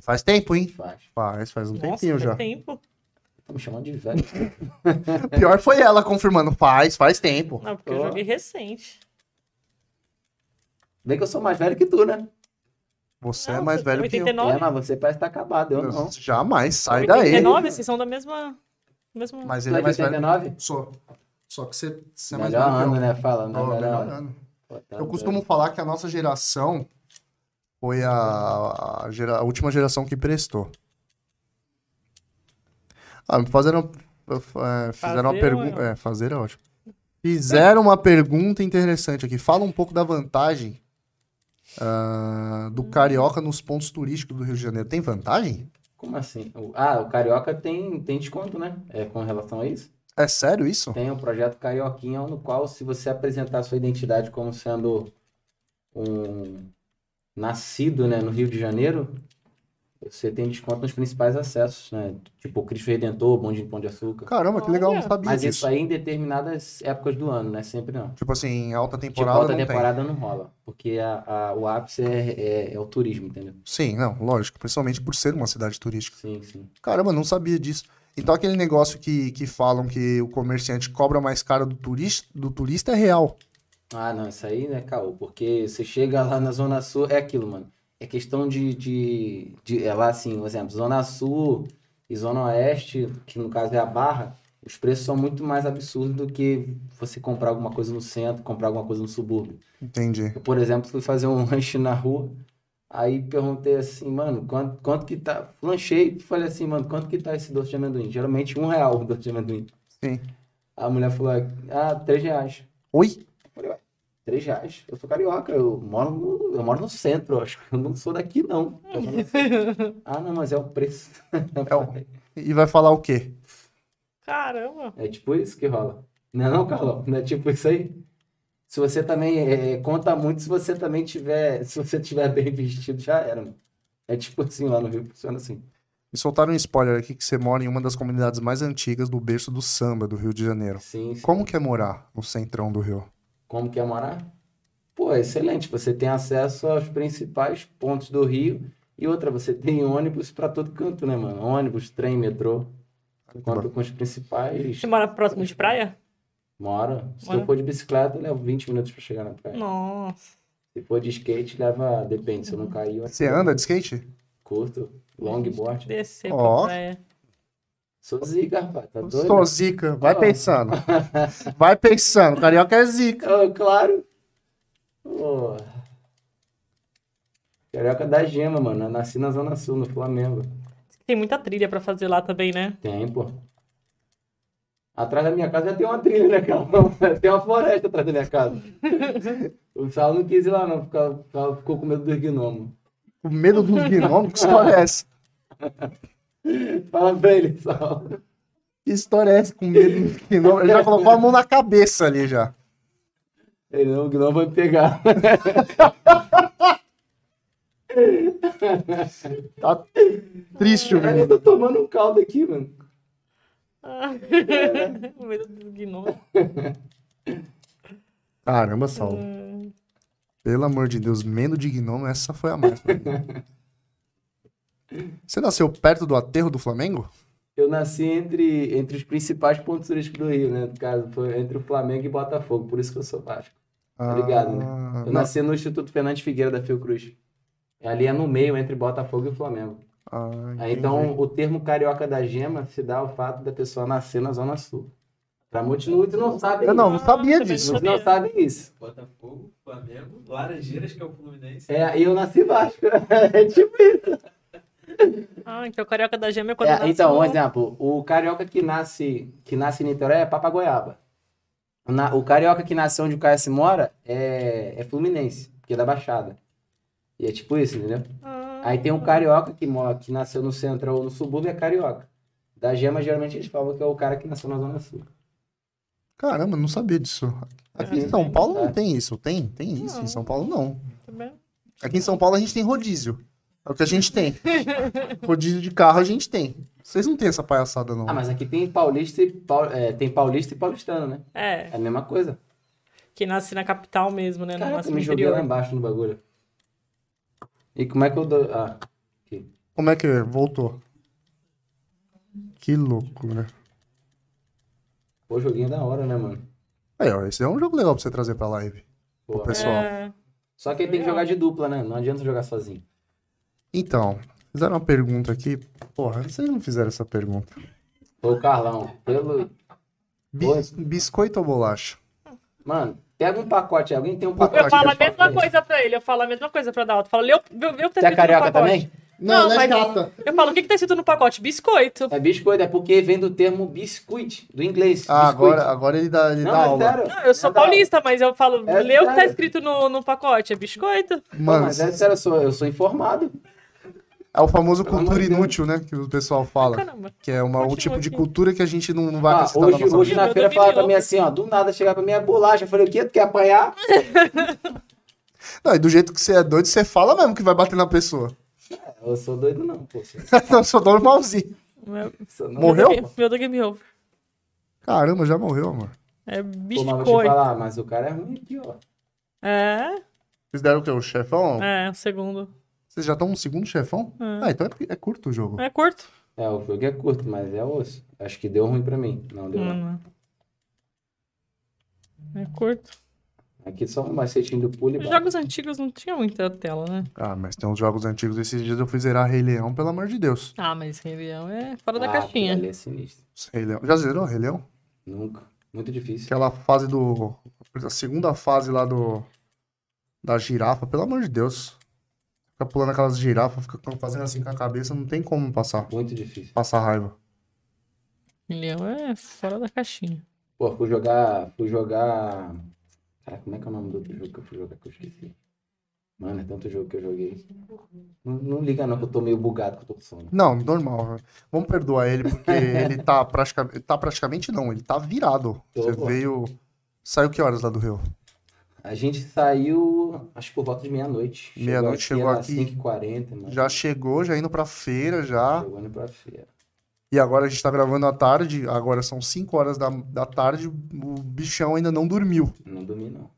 Speaker 2: Faz tempo, hein?
Speaker 3: Faz.
Speaker 2: Faz, faz um
Speaker 1: Nossa,
Speaker 2: tempinho
Speaker 1: faz
Speaker 2: já.
Speaker 1: tempo.
Speaker 3: Tá me chamando de velho.
Speaker 2: Pior foi ela confirmando. Faz, faz tempo.
Speaker 1: Não, porque eu
Speaker 3: Ó.
Speaker 1: joguei recente.
Speaker 3: Bem que eu sou mais velho que tu, né?
Speaker 2: Você é
Speaker 1: Não,
Speaker 2: mais velho que eu.
Speaker 1: 89?
Speaker 3: É, mas você parece estar acabado, eu não.
Speaker 2: Jamais, sai daí.
Speaker 1: 89, vocês são da mesma... mesma...
Speaker 2: Mas
Speaker 3: Tu
Speaker 2: ele
Speaker 3: é
Speaker 2: é mais
Speaker 3: de
Speaker 2: velho.
Speaker 3: 89?
Speaker 2: Sou. Só que você, você é mais
Speaker 3: Melhor
Speaker 2: velho
Speaker 3: ano,
Speaker 2: que eu.
Speaker 3: né? Fala, né?
Speaker 2: Tô,
Speaker 3: Melhor
Speaker 2: melhor
Speaker 3: ano.
Speaker 2: ano.
Speaker 3: Pô, tá
Speaker 2: Eu
Speaker 3: doido.
Speaker 2: costumo falar que a nossa geração foi a, a gera- a última geração que prestou. Ah, me fizeram, eh, fizeram uma
Speaker 1: Fazer
Speaker 2: pergunta.
Speaker 1: ou-
Speaker 2: É, fazer é ótimo. Fizeram uma pergunta interessante aqui. Fala um pouco da vantagem ah, do carioca nos pontos turísticos do Rio de Janeiro. Tem vantagem?
Speaker 3: Como assim? O- Ah, o Carioca tem, tem desconto, né? É com relação a isso?
Speaker 2: É sério isso?
Speaker 3: Tem o projeto Carioquinha, no qual, se você apresentar sua identidade como sendo um nascido, né, no Rio de Janeiro, você tem desconto nos principais acessos, né? Tipo, Cristo Redentor, Bonde de Pão de Açúcar.
Speaker 2: Caramba, que legal,
Speaker 1: Olha.
Speaker 2: não sabia
Speaker 3: Mas
Speaker 2: disso.
Speaker 3: isso aí em determinadas épocas do ano, né? Sempre não.
Speaker 2: Tipo assim, alta
Speaker 3: Tipo,
Speaker 2: temporada
Speaker 3: alta
Speaker 2: não
Speaker 3: temporada não rola, porque a, a- o ápice é, é, é o turismo, entendeu?
Speaker 2: tem. Sim, não, lógico. Principalmente por ser uma cidade turística.
Speaker 3: Sim, sim.
Speaker 2: Caramba, não sabia disso. Então aquele negócio que, que falam que o comerciante cobra mais caro do turista, do turista é real.
Speaker 3: Ah, não, isso aí não é caô, porque você chega lá na Zona Sul, é aquilo, mano. É questão de, de, de- é lá assim, por exemplo, Zona Sul e Zona Oeste, que no caso é a Barra, os preços são muito mais absurdos do que você comprar alguma coisa no centro, comprar alguma coisa no subúrbio.
Speaker 2: Entendi.
Speaker 3: Eu, por exemplo, fui fazer um lanche na rua, aí perguntei assim, mano, quanto, quanto que tá? Lanchei e falei assim, mano, quanto que tá esse doce de amendoim? Geralmente um real o doce de amendoim.
Speaker 2: Sim.
Speaker 3: A mulher falou, ah, três reais.
Speaker 2: Oi?
Speaker 3: Três reais. Eu sou carioca, eu moro no, eu moro no centro, eu acho. Eu não sou daqui, não. Eu moro no centro. ah, não, mas é o preço.
Speaker 2: É o- E vai falar o quê?
Speaker 1: Caramba.
Speaker 3: É tipo isso que rola. Não é não, Carlão? Não é tipo isso aí? Se você também. é, conta muito se você também tiver. Se você tiver bem vestido, já era, mano. É tipo assim, lá no Rio funciona assim.
Speaker 2: Me soltaram um spoiler aqui que você mora em uma das comunidades mais antigas do berço do samba do Rio de Janeiro.
Speaker 3: Sim, sim.
Speaker 2: Como que é morar no centrão do Rio?
Speaker 3: Como que é morar? Pô, é excelente. Você tem acesso aos principais pontos do Rio. E outra, você tem ônibus pra todo canto, né, mano? Ônibus, trem, metrô. Você Conta com os principais.
Speaker 1: Você mora próximo de praia?
Speaker 3: Mora. Se
Speaker 1: Mora.
Speaker 3: eu for de bicicleta, leva 20 minutos pra chegar na praia.
Speaker 1: Nossa.
Speaker 3: Se for de skate, leva. Depende, se eu não cair. eu-
Speaker 2: Você anda de skate?
Speaker 3: Curto, longboard.
Speaker 1: Descer
Speaker 2: Ó.
Speaker 1: pra praia.
Speaker 3: Sou zica, rapaz, tá doido?
Speaker 2: Sou zica. Vai
Speaker 3: Ó.
Speaker 2: pensando. Vai pensando. Carioca é zica.
Speaker 3: Ah, claro. Pô. Carioca da gema, mano. Eu nasci na Zona Sul, no Flamengo.
Speaker 1: Tem muita trilha pra fazer lá também, né?
Speaker 3: Tem, pô. Atrás da minha casa já tem uma trilha, né, cara? Tem uma floresta atrás da minha casa. O Sal não quis ir lá, não. Ficou, ficou- ficou com medo dos gnomos.
Speaker 2: O medo dos gnomos? Que história é essa?
Speaker 3: Fala pra ele, Sal.
Speaker 2: Que história é essa com medo dos gnomos? Ele já colocou a mão na cabeça ali já.
Speaker 3: Ele não, o gnomo vai me pegar.
Speaker 2: Tá triste o
Speaker 3: Eu
Speaker 2: menino.
Speaker 3: tô tomando um caldo aqui, mano.
Speaker 1: Ah.
Speaker 3: É.
Speaker 1: O medo dos gnomos.
Speaker 2: Caramba, Saulo. Pelo amor de Deus, medo de gnomo, essa foi a mais. pra mim. Você nasceu perto do aterro do Flamengo?
Speaker 3: Eu nasci entre, entre os principais pontos turísticos do Rio, né? No caso, foi entre o Flamengo e Botafogo, por isso que eu sou Vasco. Obrigado, né?
Speaker 2: Ah,
Speaker 3: Eu nasci no Instituto Fernandes Figueira da Fiocruz. Ali é no meio entre Botafogo e Flamengo.
Speaker 2: Ah,
Speaker 3: Aí,
Speaker 2: entendi.
Speaker 3: então, o termo carioca da gema se dá ao fato da pessoa nascer na Zona Sul. Pra muitos, muitos não sabem
Speaker 2: Eu não, não
Speaker 1: Ah,
Speaker 2: sabia
Speaker 1: também
Speaker 2: disso.
Speaker 3: Muitos não sabem isso.
Speaker 4: Botafogo, Flamengo, Laranjeiras, que é o Fluminense.
Speaker 3: É, e eu nasci Vasco. É tipo isso.
Speaker 1: Ah, então o carioca da gema é quando
Speaker 3: É,
Speaker 1: nasce
Speaker 3: então,
Speaker 1: no-
Speaker 3: um exemplo. O carioca que nasce, que nasce em Niterói é Papagoiaba. Na- o carioca que nasce onde o Caio mora é, é Fluminense, porque é da Baixada. E é tipo isso, entendeu?
Speaker 1: Ah.
Speaker 3: Aí tem um carioca que, mora, que nasceu no centro ou no subúrbio é carioca. Da gema, geralmente eles falam que é o cara que nasceu na Zona Sul.
Speaker 2: Caramba, não sabia disso. Aqui em
Speaker 3: É.
Speaker 2: São Paulo não tem isso. Tem? Tem isso. Em São Paulo não.
Speaker 1: Tá bem?
Speaker 2: Aqui em São Paulo a gente tem rodízio. É o que a gente tem. Rodízio de carro a gente tem. Vocês não têm essa palhaçada, não.
Speaker 3: Ah, mas aqui tem paulista e, pau- é, tem paulista e paulistano, né?
Speaker 1: É,
Speaker 3: É a mesma coisa.
Speaker 1: que nasce na capital mesmo, né? Não
Speaker 3: Caraca,
Speaker 1: nasce
Speaker 3: eu
Speaker 1: no
Speaker 3: me joguei lá
Speaker 1: interior.
Speaker 3: embaixo no bagulho. E como é que eu dou... Ah,
Speaker 2: Como é que é? voltou? Que né? loucura.
Speaker 3: pô, joguinho da hora, né, mano?
Speaker 2: Aí, ó, esse é um jogo legal pra você trazer pra live.
Speaker 3: Pô,
Speaker 2: Pessoal,
Speaker 1: É,
Speaker 3: Só que ele tem que jogar de dupla, né? Não adianta jogar sozinho.
Speaker 2: Então, fizeram uma pergunta aqui. Porra, vocês não fizeram essa pergunta.
Speaker 3: Foi o Carlão. Pelo...
Speaker 2: Bi-
Speaker 3: Oi.
Speaker 2: biscoito ou bolacha?
Speaker 3: Mano, pega um pacote. Alguém tem um
Speaker 2: Eu
Speaker 3: pacote?
Speaker 1: eu falo a
Speaker 3: de
Speaker 1: mesma
Speaker 3: pacote?
Speaker 1: coisa pra ele, eu falo a mesma coisa pra Dalton. Eu falo, lê o- vê, vê o que tá
Speaker 3: Você
Speaker 1: escrito
Speaker 3: é carioca
Speaker 1: no pacote.
Speaker 3: também?
Speaker 2: é
Speaker 1: Não, mas- Eu falo, o que, que tá escrito no pacote? Biscoito.
Speaker 3: É biscoito, é porque vem do termo biscuit, do inglês.
Speaker 2: Ah,
Speaker 3: biscuit.
Speaker 2: agora, agora ele dá, ele
Speaker 3: Não,
Speaker 2: dá
Speaker 3: é
Speaker 2: aula.
Speaker 3: sério.
Speaker 1: Não, eu sou
Speaker 3: É da-
Speaker 1: paulista, mas eu falo,
Speaker 3: É
Speaker 1: lê o que tá
Speaker 3: sério.
Speaker 1: escrito no, no pacote, é biscoito.
Speaker 3: Não,
Speaker 2: Mano,
Speaker 3: mas é sério, eu sou, eu sou informado.
Speaker 2: é o famoso
Speaker 3: Pelo amor
Speaker 2: cultura
Speaker 3: de Deus.
Speaker 2: inútil, né? Que o pessoal fala.
Speaker 1: Caramba.
Speaker 2: Que é uma, um
Speaker 1: Continua
Speaker 2: tipo de
Speaker 1: aqui.
Speaker 2: cultura que a gente não, não vai
Speaker 3: Ah,
Speaker 2: acrescentar
Speaker 3: hoje,
Speaker 2: na nossa
Speaker 3: hoje
Speaker 2: vida.
Speaker 1: Eu
Speaker 3: na feira
Speaker 1: duvidei
Speaker 3: falaram pra mim
Speaker 1: ontem.
Speaker 3: assim, ó, do nada chegar pra mim é bolacha. Eu falei, o quê? Tu quer apanhar?
Speaker 2: Não, e do jeito que você é doido, você fala mesmo que vai bater na pessoa.
Speaker 3: É, Eu sou doido não, pô. Sou-
Speaker 2: eu sou normalzinho.
Speaker 1: Meu,
Speaker 3: sou- não-
Speaker 2: Morreu?
Speaker 1: meu, meu do Game Over.
Speaker 2: Caramba, já morreu, amor.
Speaker 1: É
Speaker 3: Pô, mas vou te
Speaker 1: biscoito.
Speaker 3: falar, mas o cara é ruim aqui, ó.
Speaker 1: É,
Speaker 2: Vocês deram o quê? O chefão?
Speaker 1: é, o segundo.
Speaker 2: Vocês já estão no segundo chefão? Ah, então é, é curto o jogo.
Speaker 1: É curto.
Speaker 3: É, o jogo é curto, mas é osso. Acho que deu ruim pra mim. Não, deu ruim.
Speaker 1: Hum. É curto.
Speaker 3: Aqui só um macetinho do pulo e
Speaker 1: Os
Speaker 3: bate.
Speaker 1: jogos antigos não tinha muita tela, né?
Speaker 2: Ah, mas tem uns jogos antigos. Esses dias eu fui zerar Rei Leão, pelo amor de Deus.
Speaker 1: Ah, mas Rei Leão é fora da
Speaker 3: Ah,
Speaker 1: caixinha.
Speaker 3: aquilo ali é sinistro.
Speaker 2: Rei Leão. Já zerou Rei Leão?
Speaker 3: Nunca. Muito difícil.
Speaker 2: Aquela fase do. A segunda fase lá do. Da girafa, pelo amor de Deus. Fica pulando aquelas girafas, fica fazendo assim com a cabeça, não tem como passar.
Speaker 3: Muito difícil.
Speaker 2: Passar raiva.
Speaker 1: Leão é fora da caixinha.
Speaker 3: Pô, fui jogar. Fui jogar. Cara, como é que é o nome do outro jogo que eu fui jogar que eu esqueci? Mano, é tanto jogo que eu joguei. Não, não liga não que eu tô meio bugado, que eu tô com sono.
Speaker 2: Não, normal. né? Vamos perdoar ele, porque ele tá praticamente. Tá praticamente não, ele tá virado.
Speaker 3: Tô,
Speaker 2: Você
Speaker 3: pô.
Speaker 2: veio. Saiu que horas lá do Rio?
Speaker 3: A gente saiu, acho que por volta de meia-noite. Chegou
Speaker 2: Meia-noite, chegou
Speaker 3: às
Speaker 2: aqui.
Speaker 3: 5h40, mano.
Speaker 2: Já chegou, já indo pra feira já.
Speaker 3: Chegou indo pra feira.
Speaker 2: E agora a gente tá gravando à tarde, agora são 5 horas da, da tarde, o bichão ainda não dormiu.
Speaker 3: Não dormi, não.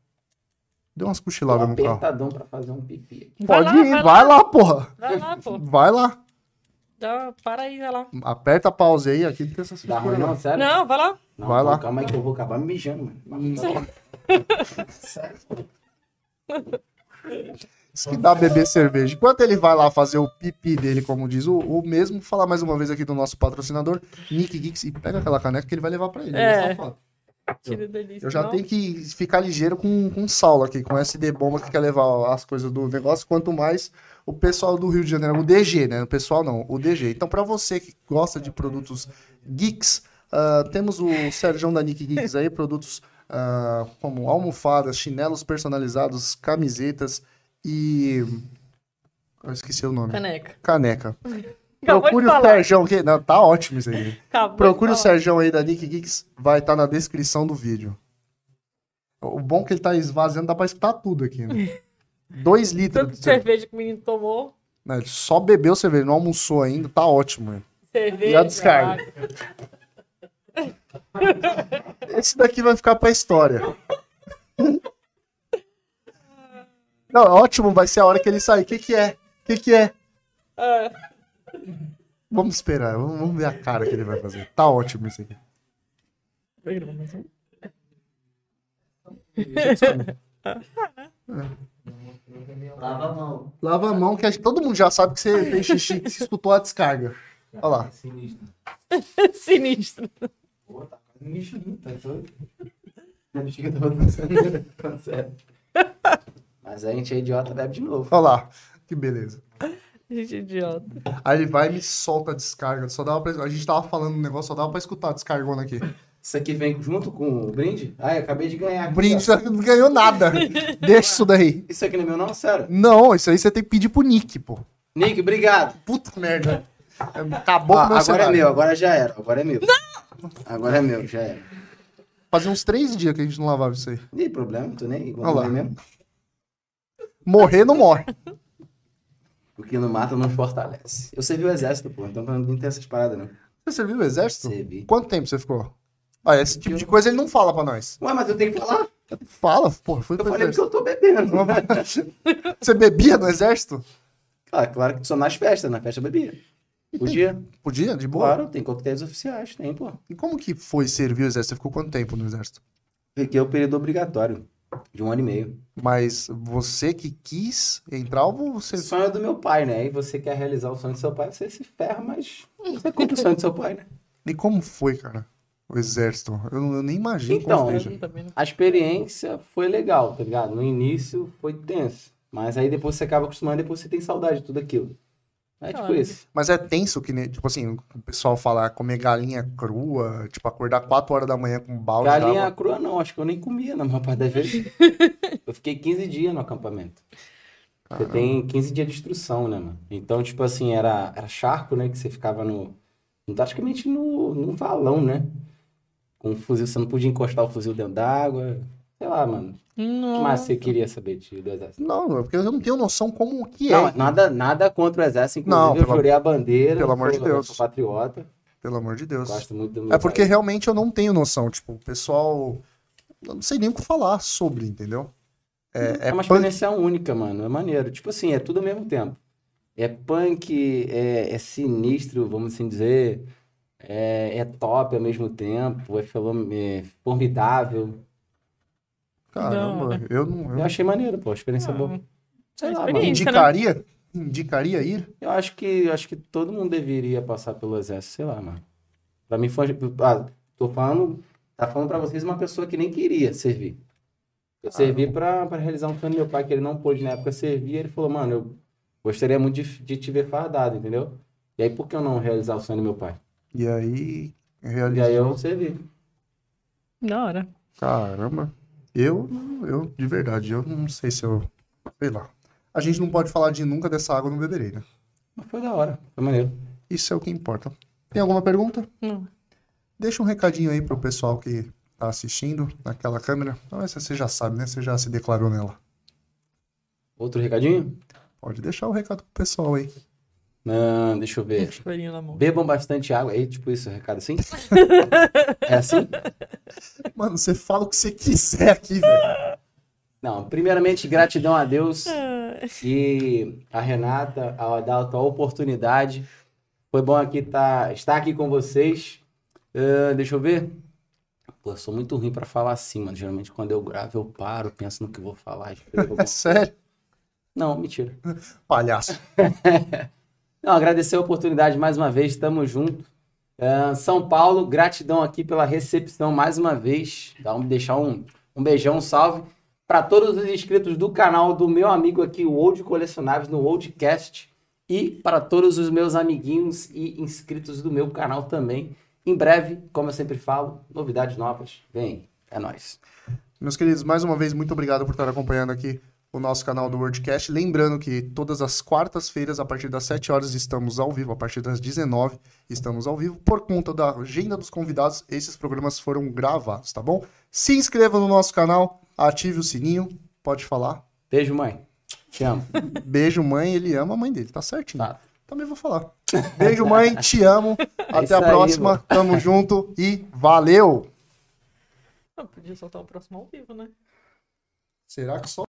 Speaker 2: Deu umas
Speaker 3: Tô
Speaker 2: cochiladas no carro.
Speaker 3: apertadão pra fazer um pipi aqui.
Speaker 2: Pode ir, vai lá, porra.
Speaker 1: Vai lá, pô.
Speaker 2: Vai lá.
Speaker 1: Dá, para aí, vai lá.
Speaker 2: Aperta a pause aí, aqui não tem essas
Speaker 3: Dá Tá ruim
Speaker 2: frescuras,
Speaker 3: não, sério?
Speaker 1: Não, vai lá.
Speaker 3: Não,
Speaker 2: Vai
Speaker 3: pô,
Speaker 2: lá.
Speaker 3: Calma aí que eu vou acabar me mijando, mano.
Speaker 2: Isso que dá beber cerveja. Enquanto ele vai lá fazer o pipi dele, como diz o, o mesmo, falar mais uma vez aqui do nosso patrocinador, Nick Geeks, e pega aquela caneca que ele vai levar pra ele.
Speaker 1: É.
Speaker 2: ele só fala.
Speaker 1: Tira delícia.
Speaker 2: Eu já
Speaker 1: não.
Speaker 2: tenho que ficar ligeiro com, com o Saulo aqui, com o SD Bomba que quer levar as coisas do negócio, quanto mais o pessoal do Rio de Janeiro, o DG, né? O pessoal não, o DG. Então, pra você que gosta de produtos geeks, ah, temos o Sérgio da Nick Geeks aí, produtos ah, como almofadas, chinelos personalizados, camisetas e. Eu esqueci o nome.
Speaker 1: Caneca.
Speaker 2: Caneca.
Speaker 1: Acabou
Speaker 2: Procure
Speaker 1: de
Speaker 2: o
Speaker 1: falar.
Speaker 2: Sérgio aqui. Não, tá ótimo isso aí.
Speaker 1: Acabou
Speaker 2: Procure o
Speaker 1: de falar.
Speaker 2: Sérgio aí da Nick Geeks, vai estar na descrição do vídeo. O bom é que ele tá esvaziando, dá pra escutar tudo aqui. Né? Dois litros
Speaker 1: Tanto
Speaker 2: de
Speaker 1: de
Speaker 2: cerveja.
Speaker 1: cerveja que o menino tomou.
Speaker 2: Não, Ele só bebeu cerveja, não almoçou ainda, tá ótimo. né?
Speaker 1: Cerveja.
Speaker 2: E a descarga.
Speaker 1: água.
Speaker 2: Esse daqui vai ficar pra história. Não, ótimo, vai ser a hora que ele sair. O que que é? O que que é?
Speaker 1: Ah,
Speaker 2: Vamos esperar, vamos vamos ver a cara que ele vai fazer. Tá ótimo isso aqui.
Speaker 4: Lava a mão.
Speaker 2: Lava a mão, que acho que todo mundo já sabe que você fez xixi, que você escutou a descarga. Olha lá.
Speaker 4: Sinistro.
Speaker 1: Sinistro.
Speaker 3: Pô, tá quase me mijando, tá doido? Minha bexiga tava dançando. tá sério. Mas a gente é idiota, bebe de novo.
Speaker 2: Olha lá. Que beleza.
Speaker 1: Gente idiota.
Speaker 2: Aí ele vai e me solta a descarga. Só dava pra... A gente tava falando um negócio, só dava pra escutar a descargona aqui.
Speaker 3: Isso aqui vem junto com o brinde? Ah, eu acabei de ganhar. aqui,
Speaker 2: Brinde,
Speaker 3: ó.
Speaker 2: não ganhou nada. Deixa isso daí.
Speaker 3: Isso aqui não é meu não, sério.
Speaker 2: Não, isso aí você tem que pedir pro Nick, pô.
Speaker 3: Nick, obrigado.
Speaker 2: Puta merda. Acabou
Speaker 3: Ó,
Speaker 2: com o meu
Speaker 3: agora
Speaker 2: cenário.
Speaker 3: é meu, agora já era. Agora é meu. Agora é meu, já era.
Speaker 2: Fazia uns três dias que a gente não lavava isso aí.
Speaker 3: Nem problema, tô nem igual
Speaker 2: Olha lá.
Speaker 3: mesmo.
Speaker 2: Morrer não morre.
Speaker 3: O que não mata não fortalece. Eu servi o exército, pô, então pra mim não tem essas paradas, não.
Speaker 2: Você serviu o exército?
Speaker 3: Servi.
Speaker 2: Quanto tempo você ficou? Olha, esse tipo de coisa ele não fala pra nós.
Speaker 3: Ué, mas eu tenho que falar.
Speaker 2: Fala, pô, fui
Speaker 3: Eu
Speaker 2: pro
Speaker 3: falei porque
Speaker 2: exército.
Speaker 3: eu tô bebendo.
Speaker 2: Você bebia no exército?
Speaker 3: Ah, claro que só nas festas, na festa eu bebia. Podia.
Speaker 2: Podia, de boa.
Speaker 3: Claro, tem coquetéis oficiais, tem, pô.
Speaker 2: E como que foi servir o exército? Você ficou quanto tempo no exército?
Speaker 3: Fiquei é o período obrigatório, de um ano e meio.
Speaker 2: Mas você que quis entrar ou você
Speaker 3: Sonho é do meu pai, né? E você quer realizar o sonho do seu pai, você se ferra, mas você cumpre o sonho do seu pai, né?
Speaker 2: E como foi, cara? O exército. Eu, não- eu nem imagino
Speaker 3: Então,
Speaker 2: como seja.
Speaker 1: Eu também não-
Speaker 3: A experiência foi legal, tá ligado? No início foi tenso. Mas aí depois você acaba acostumando, depois você tem saudade de tudo aquilo. É tipo
Speaker 1: Claro.
Speaker 3: isso.
Speaker 2: Mas é tenso que, nem- tipo assim, o pessoal fala comer galinha crua, tipo, acordar 4 horas da manhã com um balde
Speaker 3: Galinha
Speaker 2: d'água.
Speaker 3: crua não, acho que eu nem comia na maior parte das vezes. eu fiquei 15 dias no acampamento. Você tem 15 dias de instrução, né, mano? Então, tipo assim, era, era charco, né? Que você ficava no. Praticamente no, num valão, né? Com um fuzil, você não podia encostar o fuzil dentro d'água. Sei lá, mano. O que mais
Speaker 1: Nossa.
Speaker 3: você queria saber de, do exército?
Speaker 2: Não, é porque eu não tenho noção como que é,
Speaker 3: Não, nada, nada contra o exército, inclusive
Speaker 2: Não,
Speaker 3: eu
Speaker 2: pelo-
Speaker 3: jurei a bandeira,
Speaker 2: pelo amor de
Speaker 3: sou-
Speaker 2: Deus.
Speaker 3: sou patriota,
Speaker 2: pelo amor de Deus.
Speaker 3: gosto muito do meu
Speaker 2: É porque
Speaker 3: país.
Speaker 2: realmente eu não tenho noção. Tipo, o pessoal. Eu não sei nem o que falar sobre, entendeu? É,
Speaker 3: É,
Speaker 2: é punk-
Speaker 3: uma experiência única, mano, é maneiro, tipo assim, é tudo ao mesmo tempo. É punk, é, é sinistro, vamos assim dizer, é, é top ao mesmo tempo, é, felo- é formidável,
Speaker 2: Caramba,
Speaker 3: né?
Speaker 1: Não.
Speaker 2: eu não.
Speaker 3: eu
Speaker 2: Eu
Speaker 3: achei maneiro, pô, experiência
Speaker 1: Ah,
Speaker 3: boa. Sei
Speaker 1: é
Speaker 3: lá,
Speaker 1: experiência.
Speaker 3: mano.
Speaker 1: isso, né?
Speaker 2: indicaria? Indicaria ir?
Speaker 3: Eu acho que acho que todo mundo deveria passar pelo exército, sei lá, mano. Pra mim foi. Ah, tô falando. Tá falando pra vocês uma pessoa que nem queria servir. Eu servi pra, pra realizar um plano do meu pai que ele não pôde na época servir. Ele falou, mano, eu gostaria muito de, de te ver fardado, entendeu? E aí por que eu não realizar o sonho do meu pai?
Speaker 2: E aí.
Speaker 3: E aí eu servi.
Speaker 1: Da hora.
Speaker 2: Caramba. E Eu, eu, de verdade, eu não sei se eu. Sei lá. A gente não pode falar de nunca dessa água eu não beberei, né?
Speaker 3: Mas foi da hora, foi maneiro.
Speaker 2: Isso é o que importa. Tem alguma pergunta?
Speaker 1: Não.
Speaker 2: Deixa um recadinho aí pro pessoal que tá assistindo naquela câmera. Não, essa você já sabe, né? Você já se declarou nela.
Speaker 3: Outro recadinho?
Speaker 2: Pode deixar o recado pro pessoal aí.
Speaker 3: Não, deixa eu ver.
Speaker 1: Chorinho Um na mão.
Speaker 3: Bebam bastante água. É tipo isso, recado assim? é assim?
Speaker 2: Mano, você fala o que você quiser aqui, velho.
Speaker 3: Não, primeiramente, gratidão a Deus
Speaker 1: Ah,
Speaker 3: e a Renata, ao Adalto, a oportunidade. Foi bom aqui tá, estar aqui com vocês. Ah, deixa eu ver. Pô, eu sou muito ruim pra falar assim, mano. Geralmente quando eu gravo, eu paro, penso no que eu vou falar. escrevo
Speaker 2: É
Speaker 3: alguma-
Speaker 2: sério,
Speaker 3: Não, mentira.
Speaker 2: palhaço.
Speaker 3: Não, agradecer a oportunidade mais uma vez, tamo junto. Ah, São Paulo, gratidão aqui pela recepção mais uma vez. Dá um, deixar um, um beijão, um salve para todos os inscritos do canal do meu amigo aqui, o Old Colecionáveis, no Oldcast. E para todos os meus amiguinhos e inscritos do meu canal também. Em breve, como eu sempre falo, novidades novas. Vem, é nóis.
Speaker 2: Meus queridos, mais uma vez, muito obrigado por estar acompanhando aqui o nosso canal do WordCast. Lembrando que todas as quartas-feiras, a partir das 7 horas, estamos ao vivo. A partir das 19, estamos ao vivo. Por conta da agenda dos convidados, esses programas foram gravados, tá bom? Se inscreva no nosso canal, ative o sininho, pode falar.
Speaker 3: Beijo, mãe. Te amo.
Speaker 2: Beijo, mãe, ele ama a mãe dele, tá certinho.
Speaker 3: Tá. É
Speaker 2: Também vou falar. Beijo, mãe, te amo. Até
Speaker 3: isso
Speaker 2: a
Speaker 3: aí,
Speaker 2: próxima,
Speaker 3: mano.
Speaker 2: tamo junto e valeu!
Speaker 1: eu podia soltar o próximo ao vivo, né?
Speaker 2: Será que só